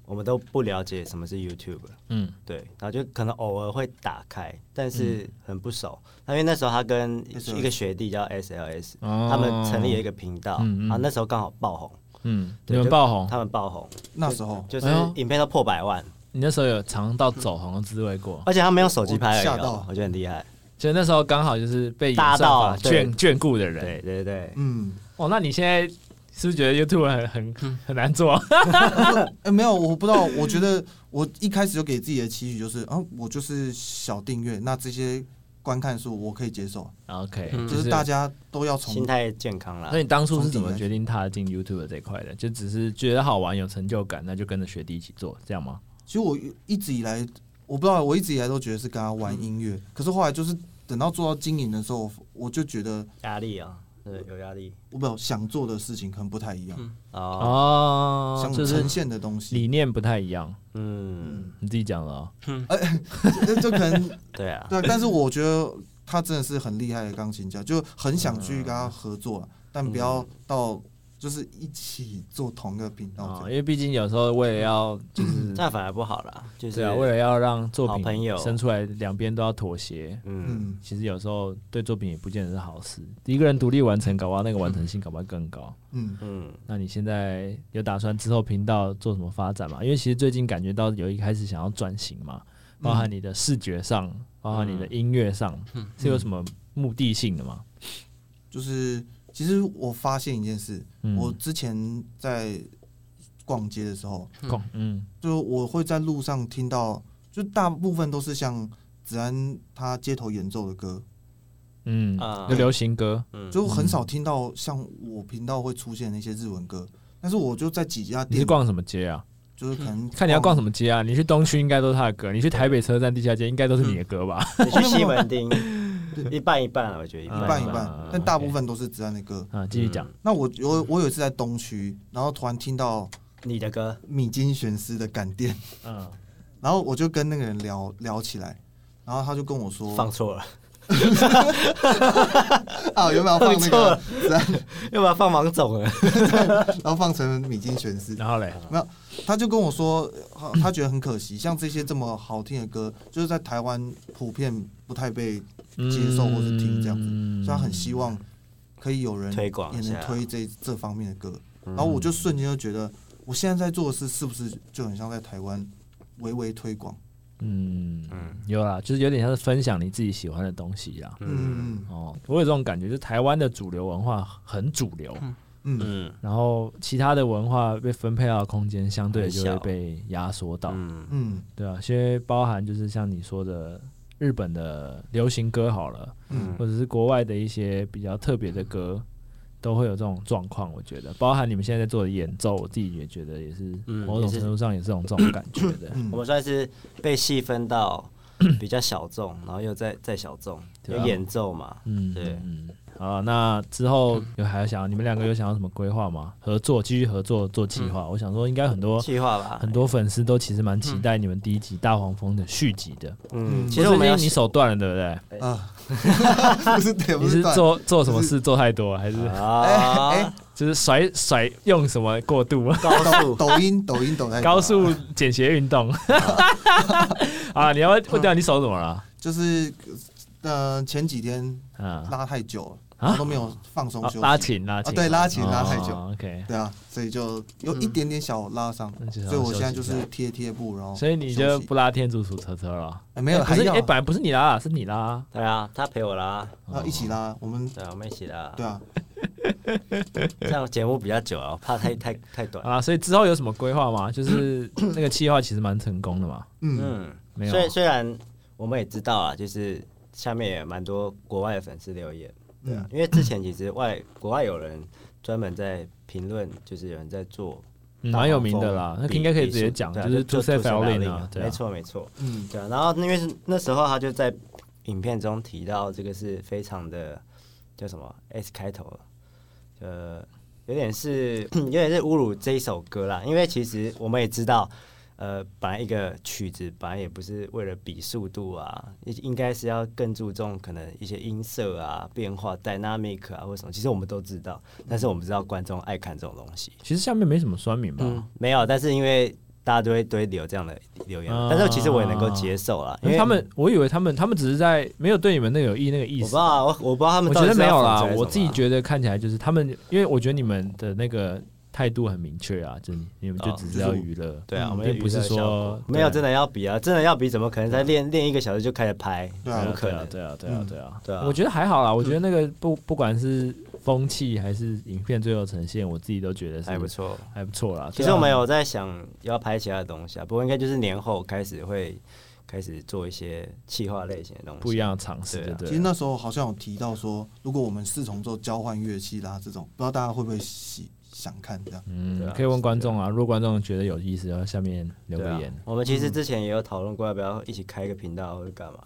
Speaker 2: 我们都不了解什么是 YouTube，
Speaker 1: 嗯，
Speaker 2: 对，然后就可能偶尔会打开，但是很不熟。那因为那时候他跟一个学弟叫 SLS，
Speaker 1: 哦
Speaker 2: 他们成立了一个频道，
Speaker 1: 嗯嗯
Speaker 2: 啊，那时候刚好爆红，
Speaker 1: 嗯，你
Speaker 2: 对
Speaker 1: 们
Speaker 2: 就
Speaker 1: 爆红，
Speaker 2: 他们爆红，
Speaker 3: 那时候
Speaker 2: 就是
Speaker 1: 哎呦
Speaker 2: 影片都破百万，
Speaker 1: 你那时候有尝到走红的滋味过，
Speaker 2: 而且他们用手机拍而已
Speaker 3: 我吓
Speaker 2: 哦、
Speaker 3: 到
Speaker 2: 我觉得很厉害。
Speaker 1: 就那时候刚好就是被演
Speaker 2: 大
Speaker 1: 算
Speaker 2: 到啊
Speaker 1: 法
Speaker 2: 对
Speaker 1: 眷眷顾的人。
Speaker 2: 对对对，
Speaker 3: 嗯，
Speaker 1: 哦，那你现在是不是觉得 YouTube 很很很难做啊？
Speaker 3: 呃，没有，我不知道。我觉得我一开始就给自己的期许就是，啊，我就是小订阅，那这些观看数我可以接受，
Speaker 1: OK，、
Speaker 2: 嗯
Speaker 3: 就是大。家都要从
Speaker 2: 心态健康啦
Speaker 1: 那。你当初是怎么决定踏进 YouTube 这一块的？就只是觉得好玩、有成就感，那就跟着学弟一起做，这样吗？
Speaker 3: 其实我一直以来，我不知道，我一直以来都觉得是跟他玩音乐，可是后来就是等到做到经营的时候，我就觉得
Speaker 2: 压力啊，对，有压力
Speaker 3: 我没有想做的事情可能不太一样，
Speaker 2: 哦，
Speaker 1: 哦
Speaker 3: 想，
Speaker 1: 就是
Speaker 3: 呈现的东
Speaker 1: 理
Speaker 3: 西，
Speaker 1: 念不太一样。
Speaker 2: 嗯，
Speaker 1: 你自己讲了哦、
Speaker 3: 就就可
Speaker 1: [laughs]
Speaker 3: 能
Speaker 2: 对啊，
Speaker 3: 对。但是我觉得他真的是很厉害的钢琴家，就很想去跟他合作啊，但不
Speaker 1: 嗯
Speaker 3: 要到就是一起做同一个频道这
Speaker 1: 哦
Speaker 3: 样。
Speaker 1: 因为毕竟有时候为了要就是
Speaker 2: 这样反而不好啦，就是
Speaker 1: 对啊，为了要让作
Speaker 2: 好朋
Speaker 1: 品
Speaker 2: 友
Speaker 1: 生出来，两边都要妥协。
Speaker 2: 嗯，
Speaker 3: 嗯
Speaker 1: 其实有时候对作品也不见得是好事。一个人独立完成，搞不好那个完成性搞不好更高。
Speaker 3: 嗯，
Speaker 2: 嗯，
Speaker 1: 那你现在有打算之后频道做什么发展吗？因为其实最近感觉到有一开始想要转型嘛，包
Speaker 3: 嗯
Speaker 1: 含你的视觉上，包含你的音乐上，是有什么目的性的吗？
Speaker 3: 就是其实我发现一件事，
Speaker 1: 嗯
Speaker 3: 我之前在逛街的时候，
Speaker 1: 共嗯
Speaker 3: 就我会在路上听到，就大部分都是像子安他街头演奏的歌，
Speaker 1: 嗯，
Speaker 2: 啊
Speaker 1: 就流行歌，
Speaker 2: 嗯
Speaker 3: 就很少听到像我频道会出现那些日文歌。但是我就在几家
Speaker 1: 你是
Speaker 3: 店，
Speaker 1: 逛什么街啊？
Speaker 3: 就是可能
Speaker 1: 看你要逛什
Speaker 3: 么，
Speaker 1: 么街啊？你去东区应该都是他的歌，你去台北车站地下街应该都是你的歌吧？
Speaker 2: 你去西门
Speaker 3: [laughs]
Speaker 2: 町，一半一半啊，我觉得一
Speaker 1: 逛
Speaker 2: 半
Speaker 3: 一半一
Speaker 1: 嗯
Speaker 3: 半，但大部分都是子安的歌。
Speaker 1: 啊，继续讲，
Speaker 3: 那我有我有一次在东区，然后突然听到
Speaker 2: 你的歌，
Speaker 3: 米津玄师的《感电》，
Speaker 1: 嗯，
Speaker 3: 然后我就跟那个人聊聊起来，然后他就跟我说，
Speaker 2: 放错了，
Speaker 3: 啊，原本要放那个，
Speaker 2: 要不然放王总了。
Speaker 3: 然后放成米津玄师，
Speaker 1: 然后嘞，
Speaker 3: 他就跟我说，呃他觉得很可惜，像这些这么好听的歌，就是在台湾普遍不太被，接受或是听这样子所以
Speaker 1: 子
Speaker 3: 他很希望可以有人
Speaker 2: 推广
Speaker 3: 也
Speaker 2: 一下
Speaker 3: 能推这这方面的歌。
Speaker 1: 嗯
Speaker 3: 然后我就瞬间就觉得，我现在在做的事是不是就很像在台湾微微推广？
Speaker 1: 嗯
Speaker 2: 嗯
Speaker 1: 有啦，就是有点像是分享你自己喜欢的东西啦。
Speaker 2: 嗯
Speaker 3: 嗯
Speaker 1: 哦，我有这种感觉，就台湾的主流文化很主流，
Speaker 3: 嗯嗯，
Speaker 2: 嗯
Speaker 1: 然后其他的文化被分配到的空间相对就
Speaker 2: 很
Speaker 1: 会
Speaker 2: 小
Speaker 1: 被压缩到，
Speaker 2: 嗯
Speaker 3: 嗯
Speaker 1: 对啊，因为包含就是像你说的日本的流行歌好了，
Speaker 2: 嗯
Speaker 1: 或者是国外的一些比较特别的歌，都会有这种状况。我觉得，包含你们现在在做的演奏，我自己也觉得也是
Speaker 2: 嗯
Speaker 1: 某种
Speaker 2: 也是
Speaker 1: 程度上也是有这种感觉的。
Speaker 3: 嗯
Speaker 2: 我们算是被细分到比较小众，然后又再再小众，
Speaker 1: 对啊
Speaker 2: 有演奏嘛，
Speaker 1: 嗯，
Speaker 2: 对
Speaker 1: 嗯，好，那之后有还有想你们两个有想要什么规划吗？合作继续合作做企
Speaker 2: 嗯
Speaker 1: 划，我想说应该很多
Speaker 2: 计划吧，
Speaker 1: 哦很多粉丝都其实蛮期待你们第一集《大黄蜂》的续集的。
Speaker 2: 嗯，
Speaker 3: 嗯
Speaker 2: 其实我们
Speaker 1: 最
Speaker 2: 要
Speaker 1: 近你手断了，对不对？
Speaker 3: 啊， [laughs] 不是对，不
Speaker 1: 你是
Speaker 3: 断
Speaker 1: 做做什么事做太多，还是
Speaker 2: 啊，
Speaker 3: 哎哦
Speaker 1: 就是甩甩用什么过度？
Speaker 2: 高速
Speaker 3: 抖音抖音抖太多了
Speaker 1: 高速简谐运
Speaker 3: [laughs]
Speaker 1: 动啊！你要不要问掉你手怎么了？
Speaker 3: 就是呃前几天
Speaker 1: 啊
Speaker 3: 拉太久了，
Speaker 1: 啊
Speaker 3: 然后都没有放松
Speaker 1: 啊
Speaker 3: 休息，
Speaker 1: 拉琴拉
Speaker 3: 啊
Speaker 1: 琴，
Speaker 3: 对拉琴拉太久
Speaker 1: 哦 OK，
Speaker 3: 对啊，所以就有
Speaker 2: 嗯
Speaker 3: 一点点小拉伤，
Speaker 1: 那就
Speaker 3: 所
Speaker 1: 是要
Speaker 3: 以我现在就
Speaker 1: 嗯休息
Speaker 3: 是贴贴布，然后
Speaker 1: 所以你就
Speaker 3: 休息
Speaker 1: 不拉天竺鼠车车了？
Speaker 3: 哎没有
Speaker 1: 哎不
Speaker 3: 还
Speaker 1: 是
Speaker 3: 要
Speaker 1: 哎，本来不是你拉，是你拉。
Speaker 2: 对啊，他陪我啦，
Speaker 3: 啊一起拉，我们
Speaker 2: 对啊，我们一起啦，
Speaker 3: 对啊，
Speaker 2: 这样节目比较久啊，我怕太太太短，
Speaker 1: 啊，所以之后有什么规划吗？就是那个计划其实蛮成功的嘛，
Speaker 3: 嗯，
Speaker 2: 嗯，
Speaker 1: 没有
Speaker 2: 虽虽然我们也知道啊，就是下面也蛮多国外的粉丝留言，
Speaker 1: 嗯
Speaker 2: 对啊，因为之前其实外国外有人专门在评论，就是有人在做
Speaker 1: 嗯
Speaker 2: 大
Speaker 1: 蛮有
Speaker 2: 黄
Speaker 1: 名的
Speaker 2: 蜂
Speaker 3: 哦
Speaker 1: 啦。
Speaker 2: 比
Speaker 1: 那应该可以直接讲，
Speaker 2: 对啊
Speaker 1: 就是
Speaker 2: 做
Speaker 1: Two
Speaker 2: Two
Speaker 1: Set
Speaker 2: Step
Speaker 1: Violin
Speaker 2: Violin
Speaker 1: 啊，对啊
Speaker 2: 没，错没错，
Speaker 3: 嗯
Speaker 2: 对啊。然后因为是那时候他就在影片中提到这个是非常的叫什么 S 开头了，呃，有点是 [clears throat] 有点是侮辱这一首歌啦，因为其实我们也知道。呃，本来一个曲子本来也不是为了比速度啊，应应该是要更注重可能一些音色啊、变化、dynamic 啊或什么。其实我们都知道，但是我们知道观众爱看这种东西。
Speaker 1: 其实下面没什么酸民吧？
Speaker 2: 嗯，没有，但是因为大家都会都会留这样的留言，
Speaker 1: 啊
Speaker 2: 但是其实我也能够接受啦，因
Speaker 1: 因为
Speaker 2: 为
Speaker 1: 他们，我以为他们，他们只是在没有对你们那个有意那个意
Speaker 2: 我不知
Speaker 1: 思
Speaker 2: 道。啊，我我不知道他们
Speaker 1: 我
Speaker 2: 到底
Speaker 1: 觉得
Speaker 2: 是
Speaker 1: 没
Speaker 2: 要
Speaker 1: 有
Speaker 2: 讽刺
Speaker 1: 啦，
Speaker 2: 还是什么啊
Speaker 1: 我自己觉得看起来就是他们，因为我觉得你们的那个态度很明确啊，就是你你们就
Speaker 2: 哦
Speaker 1: 只
Speaker 3: 就是
Speaker 1: 是要
Speaker 3: 我
Speaker 1: 娱乐，
Speaker 2: 对啊，
Speaker 3: 嗯
Speaker 2: 我们
Speaker 1: 并不是说
Speaker 2: 没有真
Speaker 1: 的
Speaker 2: 的要比啊，真的要比，怎么可能才练练一个小时就开始拍？怎
Speaker 3: 对啊
Speaker 2: 么可能？
Speaker 1: 对啊，对啊，对啊，
Speaker 2: 对啊
Speaker 1: 我觉得还好啦，我觉得那个不不管是风气还是影片最后呈现，我自己都觉得是
Speaker 2: 哎还不错。
Speaker 1: 还不错啦。
Speaker 2: 其
Speaker 1: 对
Speaker 2: 实
Speaker 1: 啊
Speaker 2: 我们有在想要拍其他的东西啊，不过应该就是年后开始会开始做一些企划类型的东西，
Speaker 1: 不一样的尝试，
Speaker 2: 对
Speaker 1: 对
Speaker 2: 啊
Speaker 1: 不
Speaker 3: 其实
Speaker 1: 对？
Speaker 3: 那时候好像有提到说，如果我们四重奏交换乐器啦，这种不知道大家会不会喜想看这样？
Speaker 2: 对啊
Speaker 1: 嗯，可以问观众啊，如果观众觉得有意思，然后下面留个
Speaker 2: 对啊
Speaker 1: 言。嗯
Speaker 2: 我们其实之前也有讨论过要不要一起开一个频道或者干嘛。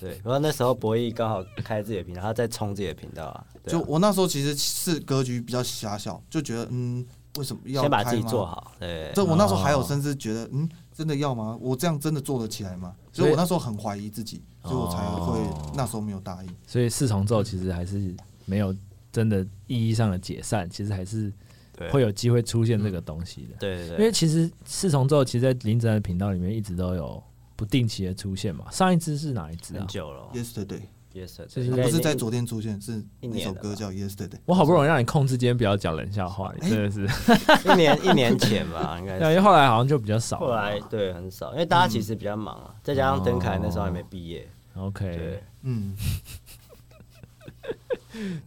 Speaker 2: 对，然后那时候博弈刚好开自己的频道，他在冲自己的频道啊。对啊
Speaker 3: 就我那时候其实是格局比较狭小，就觉得嗯，为什么要
Speaker 2: 先把
Speaker 3: 开
Speaker 2: 自己
Speaker 3: 吗
Speaker 2: 做。好，对，
Speaker 3: 这我那时候还有
Speaker 1: 哦
Speaker 3: 甚至觉得嗯，真的要吗？我这样真的做得起来吗？
Speaker 1: 所
Speaker 3: 所
Speaker 1: 以
Speaker 3: 以我那时候很怀疑自己，所以我才
Speaker 1: 哦
Speaker 3: 会那时候没有答应。
Speaker 1: 所以四重奏其实还是没有真的意义上的解散，其实还是
Speaker 2: 对嗯
Speaker 1: 会有机会出现这个东西的。
Speaker 2: 对对
Speaker 1: 因
Speaker 2: 对，
Speaker 1: 为其实四重奏其实，在林子安的频道里面一直都有不定期的出现嘛。上一支是哪一支啊
Speaker 2: 很？久了
Speaker 3: Yesterday，
Speaker 2: ，yes，
Speaker 1: 就是
Speaker 3: 它
Speaker 2: 应
Speaker 3: 不
Speaker 2: 该
Speaker 3: 是在
Speaker 2: 已经
Speaker 3: 昨天出现，是
Speaker 2: 一
Speaker 3: 那
Speaker 2: 年
Speaker 3: 首
Speaker 2: 了
Speaker 3: 歌
Speaker 2: 吧
Speaker 3: 叫 Yesterday。
Speaker 1: 我好不容易让你控制今天不要讲冷笑话，
Speaker 2: 哎
Speaker 1: 你真的是。
Speaker 2: 一年一年前
Speaker 1: [laughs]
Speaker 2: 吧，应该
Speaker 1: 对
Speaker 2: 是
Speaker 1: 啊，因为后来好像就比较少了。
Speaker 2: 哎 [laughs] 后来对很少，因为大家其
Speaker 1: 嗯
Speaker 2: 实比较忙啊，再加上邓凯那时候还
Speaker 1: 哦
Speaker 2: 没毕业，
Speaker 1: OK，
Speaker 2: 对，
Speaker 3: 嗯，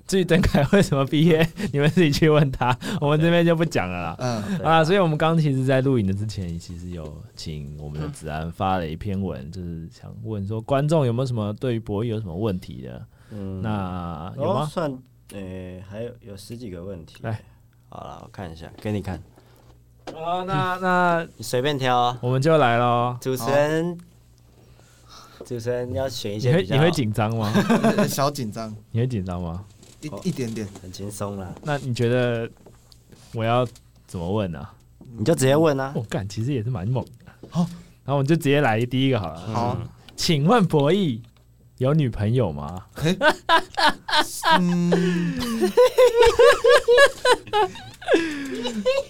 Speaker 1: 至于邓凯为什么毕业，你们自己去问他，我们这边就不讲了啦。
Speaker 2: [laughs]
Speaker 3: 嗯，
Speaker 1: 啊，所以我们刚刚其实，在录影的之前，其实有请我们的子安发了一篇文，就是想问说观众有没有什么对于博弈有什么问题的？
Speaker 2: 嗯，
Speaker 1: 那有
Speaker 2: 哦
Speaker 1: 吗？
Speaker 2: 算，呃，还有有十几个问题，
Speaker 1: 来，
Speaker 2: 好了，我看一下，给你看，
Speaker 1: 哦，那那
Speaker 2: 你随便挑啊，
Speaker 1: 我们就来喽。
Speaker 2: 主持人，主持人要选一
Speaker 1: 你
Speaker 2: 些
Speaker 1: 会
Speaker 2: 比较
Speaker 1: 你会紧张吗？
Speaker 3: 呃小紧张
Speaker 1: 你会紧张吗？
Speaker 3: 一
Speaker 2: 哦
Speaker 3: 一点点，
Speaker 2: 很轻松啦，
Speaker 1: 那你觉得我要怎么问呢、啊？
Speaker 2: 你就直接问啊
Speaker 1: 我、，哦干，其实也是蛮猛的。
Speaker 3: 好
Speaker 1: 然后我们就直接来第一个好了。
Speaker 2: 嗯
Speaker 3: 好，啊
Speaker 2: [laughs]
Speaker 1: 请问博弈有女朋友吗？
Speaker 3: 嗯，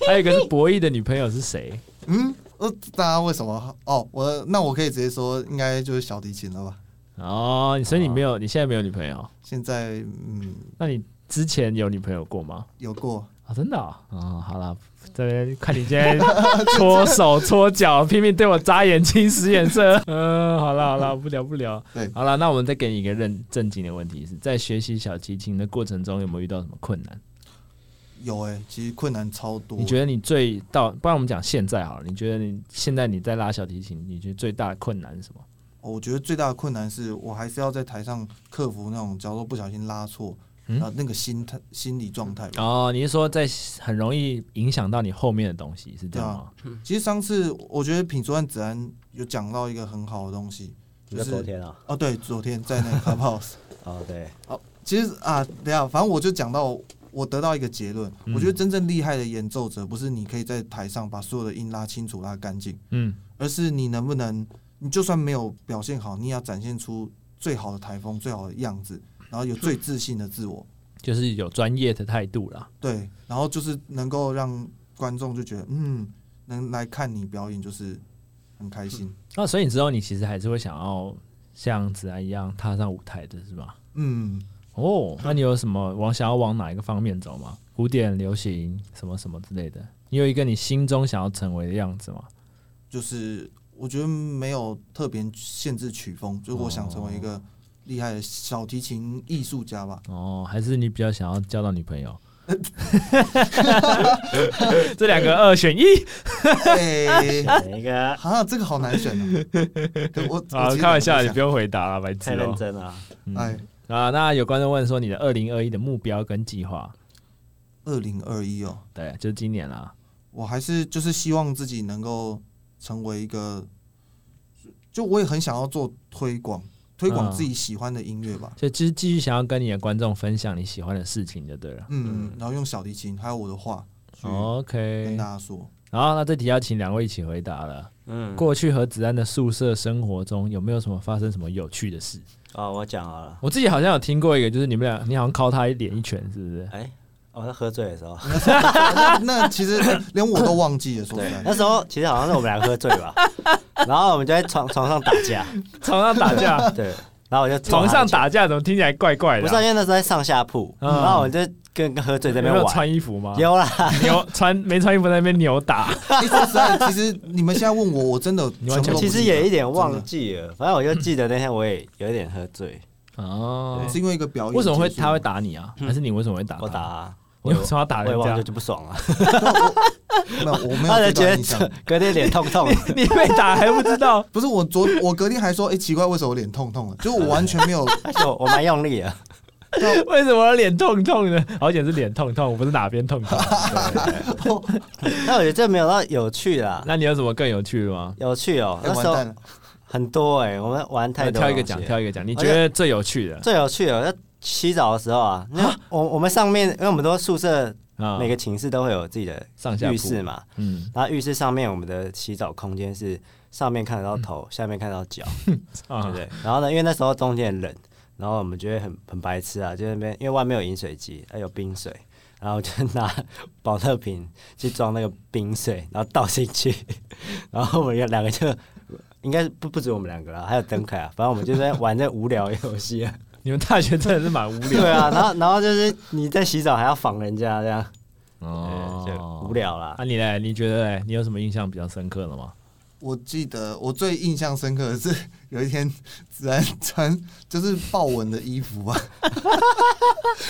Speaker 1: 还有一个是博弈的女朋友是谁？
Speaker 3: 嗯，呃，大家为什么？哦，我那我可以直接说，应该就是小提琴了吧？
Speaker 1: 哦，所以你没有，你现在没有女朋友？
Speaker 3: 现在嗯，
Speaker 1: 那你之前有女朋友过吗？
Speaker 3: 有过，
Speaker 1: 啊、真的啊、哦好了，这边看你今天搓手搓脚，拼命对我眨眼睛、使眼色。嗯，好了好了，不聊不聊。
Speaker 3: 对
Speaker 1: 好了，那我们再给你一个认正经的问题是，在学习小提琴的过程中，有没有遇到什么困难？
Speaker 3: 有哎、其实困难超多。
Speaker 1: 你觉得你最到，不然我们讲现在好了，你觉得你现在你在拉小提琴，你觉得最大的困难是什么？
Speaker 3: 哦我觉得最大的困难是我还是要在台上克服那种，假如说不小心拉错，
Speaker 1: 嗯
Speaker 3: 然后那个心态、心理状态吧。
Speaker 1: 哦，你是说在很容易影响到你后面的东西，是这样吗？
Speaker 3: 其实上次我觉得品卓和子安有讲到一个很好的东西，
Speaker 2: 你
Speaker 3: 就
Speaker 2: 说昨
Speaker 3: 是
Speaker 2: 天啊，
Speaker 3: 哦，对，昨天在那个 Clubhouse，
Speaker 2: 哦
Speaker 1: [laughs]
Speaker 2: 对，
Speaker 3: 其实啊，等一下，反正我就讲到，我得到一个结论，我觉得真正厉害的演奏者，不是你可以在台上把所有的音拉清楚、拉干净，
Speaker 1: 嗯
Speaker 3: 而是你能不能，你就算没有表现好，你也要展现出最好的台风、最好的样子，然后有最自信的自我，
Speaker 1: 就是有专业的态度啦。
Speaker 3: 对，然后就是能够让观众就觉得，嗯，能来看你表演就是很开心，
Speaker 1: 那、所以你知道，你其实还是会想要像子安一样踏上舞台的是吧？
Speaker 3: 嗯，
Speaker 1: 哦，那你有什么往想要往哪一个方面走吗？古典、流行什么什么之类的？你有一个你心中想要成为的样子吗？
Speaker 3: 就是我觉得没有特别限制曲风，就是我想成为一个厉害的小提琴艺术家吧。
Speaker 1: 哦，还是你比较想要交到女朋友？ [laughs] 这两个
Speaker 2: [laughs]
Speaker 1: 二选一。
Speaker 3: 哎，
Speaker 2: 哪一个
Speaker 3: 啊，这个好难选啊！对
Speaker 1: [laughs]
Speaker 3: 我
Speaker 1: 啊，开玩笑，你不
Speaker 3: 要
Speaker 1: 用回答了，白痴
Speaker 2: 太
Speaker 1: 哦、
Speaker 2: 认真了，
Speaker 3: 哎。
Speaker 1: 啊，那有观众问说你的二零二一的目标跟计划，
Speaker 3: 二零二一哦，
Speaker 1: 对，就是今年啦。
Speaker 3: 我还是就是希望自己能够成为一个，就我也很想要做推广，推广
Speaker 1: 嗯
Speaker 3: 自己喜欢的音乐吧。
Speaker 1: 就就是继续想要跟你的观众分享你喜欢的事情就对了。
Speaker 3: 嗯，然后用小提琴还有我的话
Speaker 2: 嗯
Speaker 3: 去跟
Speaker 1: 哦 OK，
Speaker 3: 大家说。
Speaker 1: 然后那这题要请两位一起回答了。
Speaker 2: 嗯，
Speaker 1: 过去和子安的宿舍生活中有没有什么发生什么有趣的事？
Speaker 2: 哦我讲好了，
Speaker 1: 我自己好像有听过一个，就是你们俩，你好像敲他一脸一拳，是不
Speaker 2: [laughs]
Speaker 1: 是？
Speaker 2: 哎，我在喝醉的时候，
Speaker 3: 那那其
Speaker 1: [coughs]
Speaker 3: 实连我都忘记了，说
Speaker 2: 对
Speaker 3: 实，在。
Speaker 2: 那时候其实好像是我们两个喝醉
Speaker 3: [laughs]
Speaker 2: 吧，然后我们就在床床上打架，
Speaker 1: 床上打
Speaker 2: [laughs]
Speaker 1: 架，
Speaker 2: 对，然后我就
Speaker 1: 床上，打架怎么听起来怪怪
Speaker 2: 不
Speaker 1: 的
Speaker 2: 是
Speaker 1: 啊、
Speaker 2: 因为那时候在上下铺，
Speaker 1: 嗯
Speaker 2: 然后我就跟跟喝醉在那
Speaker 1: 有没
Speaker 2: 边
Speaker 1: 有
Speaker 2: 玩，
Speaker 1: 穿衣服 [laughs] 吗？
Speaker 2: 有啦，
Speaker 1: 扭穿没穿衣服在那边扭打，
Speaker 2: [laughs]
Speaker 3: [laughs] 哎说实在，其实你们现在问我，我真的
Speaker 1: 你
Speaker 3: 全
Speaker 1: 完全
Speaker 3: 部都不
Speaker 2: 其
Speaker 3: 记
Speaker 2: 实
Speaker 3: 得
Speaker 2: 也一点忘记了，反正我就记得那天我也有点喝醉，
Speaker 1: 哦
Speaker 3: 真的是因为一个表演结
Speaker 1: 为
Speaker 3: 束
Speaker 1: 什
Speaker 3: 吗。
Speaker 1: 么会他会打你啊？还是你为什么会打
Speaker 2: 嗯
Speaker 1: 他？
Speaker 2: 我打、啊，
Speaker 1: 你为什么要打
Speaker 2: 我也
Speaker 1: 人
Speaker 2: 忘
Speaker 1: 家
Speaker 2: 了？就不爽了，
Speaker 3: 没有？我没
Speaker 2: 他就
Speaker 3: 有这
Speaker 2: 觉
Speaker 3: 段印象。？
Speaker 2: 得隔天脸痛痛的，
Speaker 1: [laughs] 你被打还不知道
Speaker 3: 不是我昨我隔天还说，哎、奇怪，为什么我脸痛痛的？就我完全没有，
Speaker 2: 而且我我蛮用
Speaker 3: [laughs]
Speaker 2: 力的，
Speaker 1: 为什么脸痛痛的？好险是脸痛痛，不是哪边
Speaker 2: [laughs]
Speaker 1: 痛痛。
Speaker 2: 那我觉得这没有到有趣啦，
Speaker 1: 那你有什么更有趣的吗？
Speaker 2: 有趣哦，
Speaker 3: 哎
Speaker 2: 那
Speaker 3: 完
Speaker 2: 时候
Speaker 3: 蛋了。
Speaker 2: 很多哎，我们玩太多东
Speaker 1: 挑
Speaker 2: 西了，
Speaker 1: 一个讲，挑一个讲，你觉得最有趣的
Speaker 2: 最有趣的，在洗澡的时候啊，那我我们上面，因为我们都宿舍
Speaker 1: 啊？
Speaker 2: 每个寝室都会有自己的
Speaker 1: 上下铺
Speaker 2: 浴室嘛，
Speaker 1: 嗯，
Speaker 2: 然后浴室上面我们的洗澡空间是上面看得到头，下面看得到脚，对
Speaker 1: 嗯啊
Speaker 2: 不，对？然后呢，因为那时候冬天很冷，然后我们就会很很白痴啊，就在那边因为外面有饮水机，还有冰水。然后就拿保特瓶去装那个冰水，然后倒进去， [laughs] 然后我们两个就应该不不止我们两个啦，还有邓凯啊，反正我们就在玩这无聊游戏啊。
Speaker 1: 你们大学真的是蛮
Speaker 2: [laughs]
Speaker 1: 无聊
Speaker 2: 对啊，然后然后就是你在洗澡还要仿人家这样，对就 [laughs] 无。聊啦
Speaker 1: 啊，。你嘞？你觉得嘞？你有什么印象比较深刻的吗？
Speaker 3: 我记得我最印象深刻的是有一天子安穿就是豹纹的衣服吧， [laughs]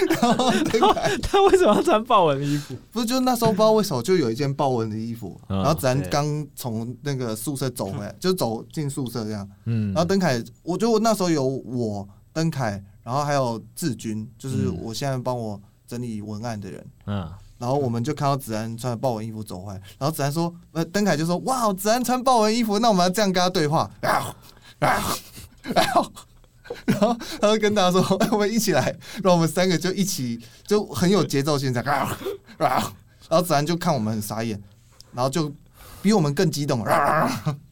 Speaker 3: 然后那个
Speaker 1: 他为什么要穿豹纹衣服？
Speaker 3: 不是就那时候不知道为什么就有一件豹纹的衣服，
Speaker 1: 嗯
Speaker 3: 然后子安
Speaker 2: 对
Speaker 3: 刚从那个宿舍走回来，就走进宿舍这样，
Speaker 1: [laughs] 嗯
Speaker 3: 然后邓凯，我觉得我那时候有我邓凯，然后还有志军，就是我现在帮我整理文案的人。
Speaker 1: 嗯，
Speaker 3: 然后我们就看到子安穿豹纹衣服走回来，然后子安说，呃，邓凯就说，哇，子安穿豹纹衣服，那我们要这样跟他对话，然后，然后，然后，然后他就跟大家说，哎我们一起来，然后我们三个就一起，就很有节奏性这样，然后，然后，然后子安就看我们很傻眼，然后就比我们更激动，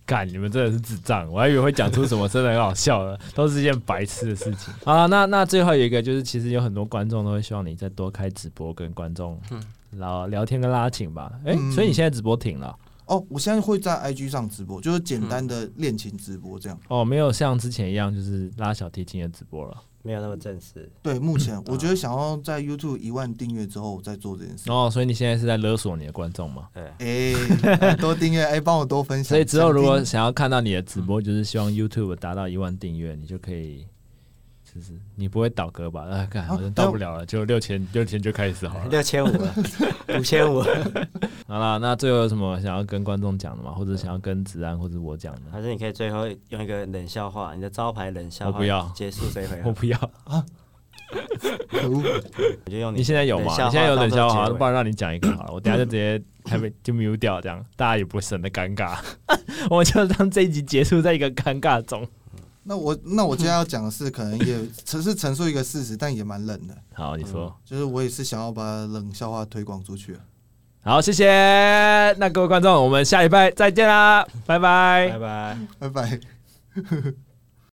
Speaker 1: 干，你们真的是智障！我还以为会讲出什么真的很好笑的，都是一件白痴的事情啊。那那最后一个就是，其实有很多观众都会希望你再多开直播，跟观众聊聊天跟拉琴吧。哎、
Speaker 3: 嗯
Speaker 1: 所以你现在直播停了
Speaker 3: 哦，我现在会在 IG 上直播，就是
Speaker 1: 嗯
Speaker 3: 简单的恋情直播这样。
Speaker 1: 哦，没有像之前一样就是拉小提琴的直播了。
Speaker 2: 没有那么正式，
Speaker 3: 对，目前
Speaker 1: 嗯
Speaker 3: 我
Speaker 1: 啊
Speaker 3: 觉得想要在 YouTube 一万订阅之后，我再做这件事。 [laughs]
Speaker 1: 哦，所以你现在是在勒索你的观众吗？
Speaker 2: 对，
Speaker 3: 哎、多订阅，哎、帮我多分享。
Speaker 1: 所以之后如
Speaker 3: 想
Speaker 1: 果
Speaker 3: 听
Speaker 1: 想要看到你的直播，就是希望 YouTube 达到一万订阅，你就可以。就是你不会倒戈吧？啊，干，
Speaker 3: 好
Speaker 1: 我真
Speaker 3: 但
Speaker 1: 到不了了，就六千六千就开始好了。 [laughs]
Speaker 2: 六千五 [laughs] 了，五千五，
Speaker 1: 好啦，那最后有什么想要跟观众讲的吗？或者想要跟子安或者我讲的？
Speaker 2: [laughs] 还是你可以最后用一个冷笑话，你的招牌冷笑话，
Speaker 1: 我不要
Speaker 2: 结束这一回合
Speaker 1: 我，不要，
Speaker 3: 可恶
Speaker 2: 我就用
Speaker 1: 你现在有
Speaker 2: 冷
Speaker 1: 吗？
Speaker 2: 笑话
Speaker 1: 你现在有冷笑
Speaker 2: 当
Speaker 1: 话，
Speaker 2: 作结尾
Speaker 1: 不然让你讲一个好了。我等下 [laughs] 就直接还没就 mute 掉，这样大家也不会省得尴尬。我就让这一集结束在一个尴尬中。
Speaker 3: [laughs] 那我那我今天要讲的是，可能也只是陈述一个事实，但也蛮冷的，
Speaker 1: 好，你说。
Speaker 3: 就是我也是想要把冷笑话推广出去。啊
Speaker 1: 好，谢谢。那各位观众，我们下礼拜再见啦，拜拜
Speaker 2: 拜拜。
Speaker 3: 拜拜。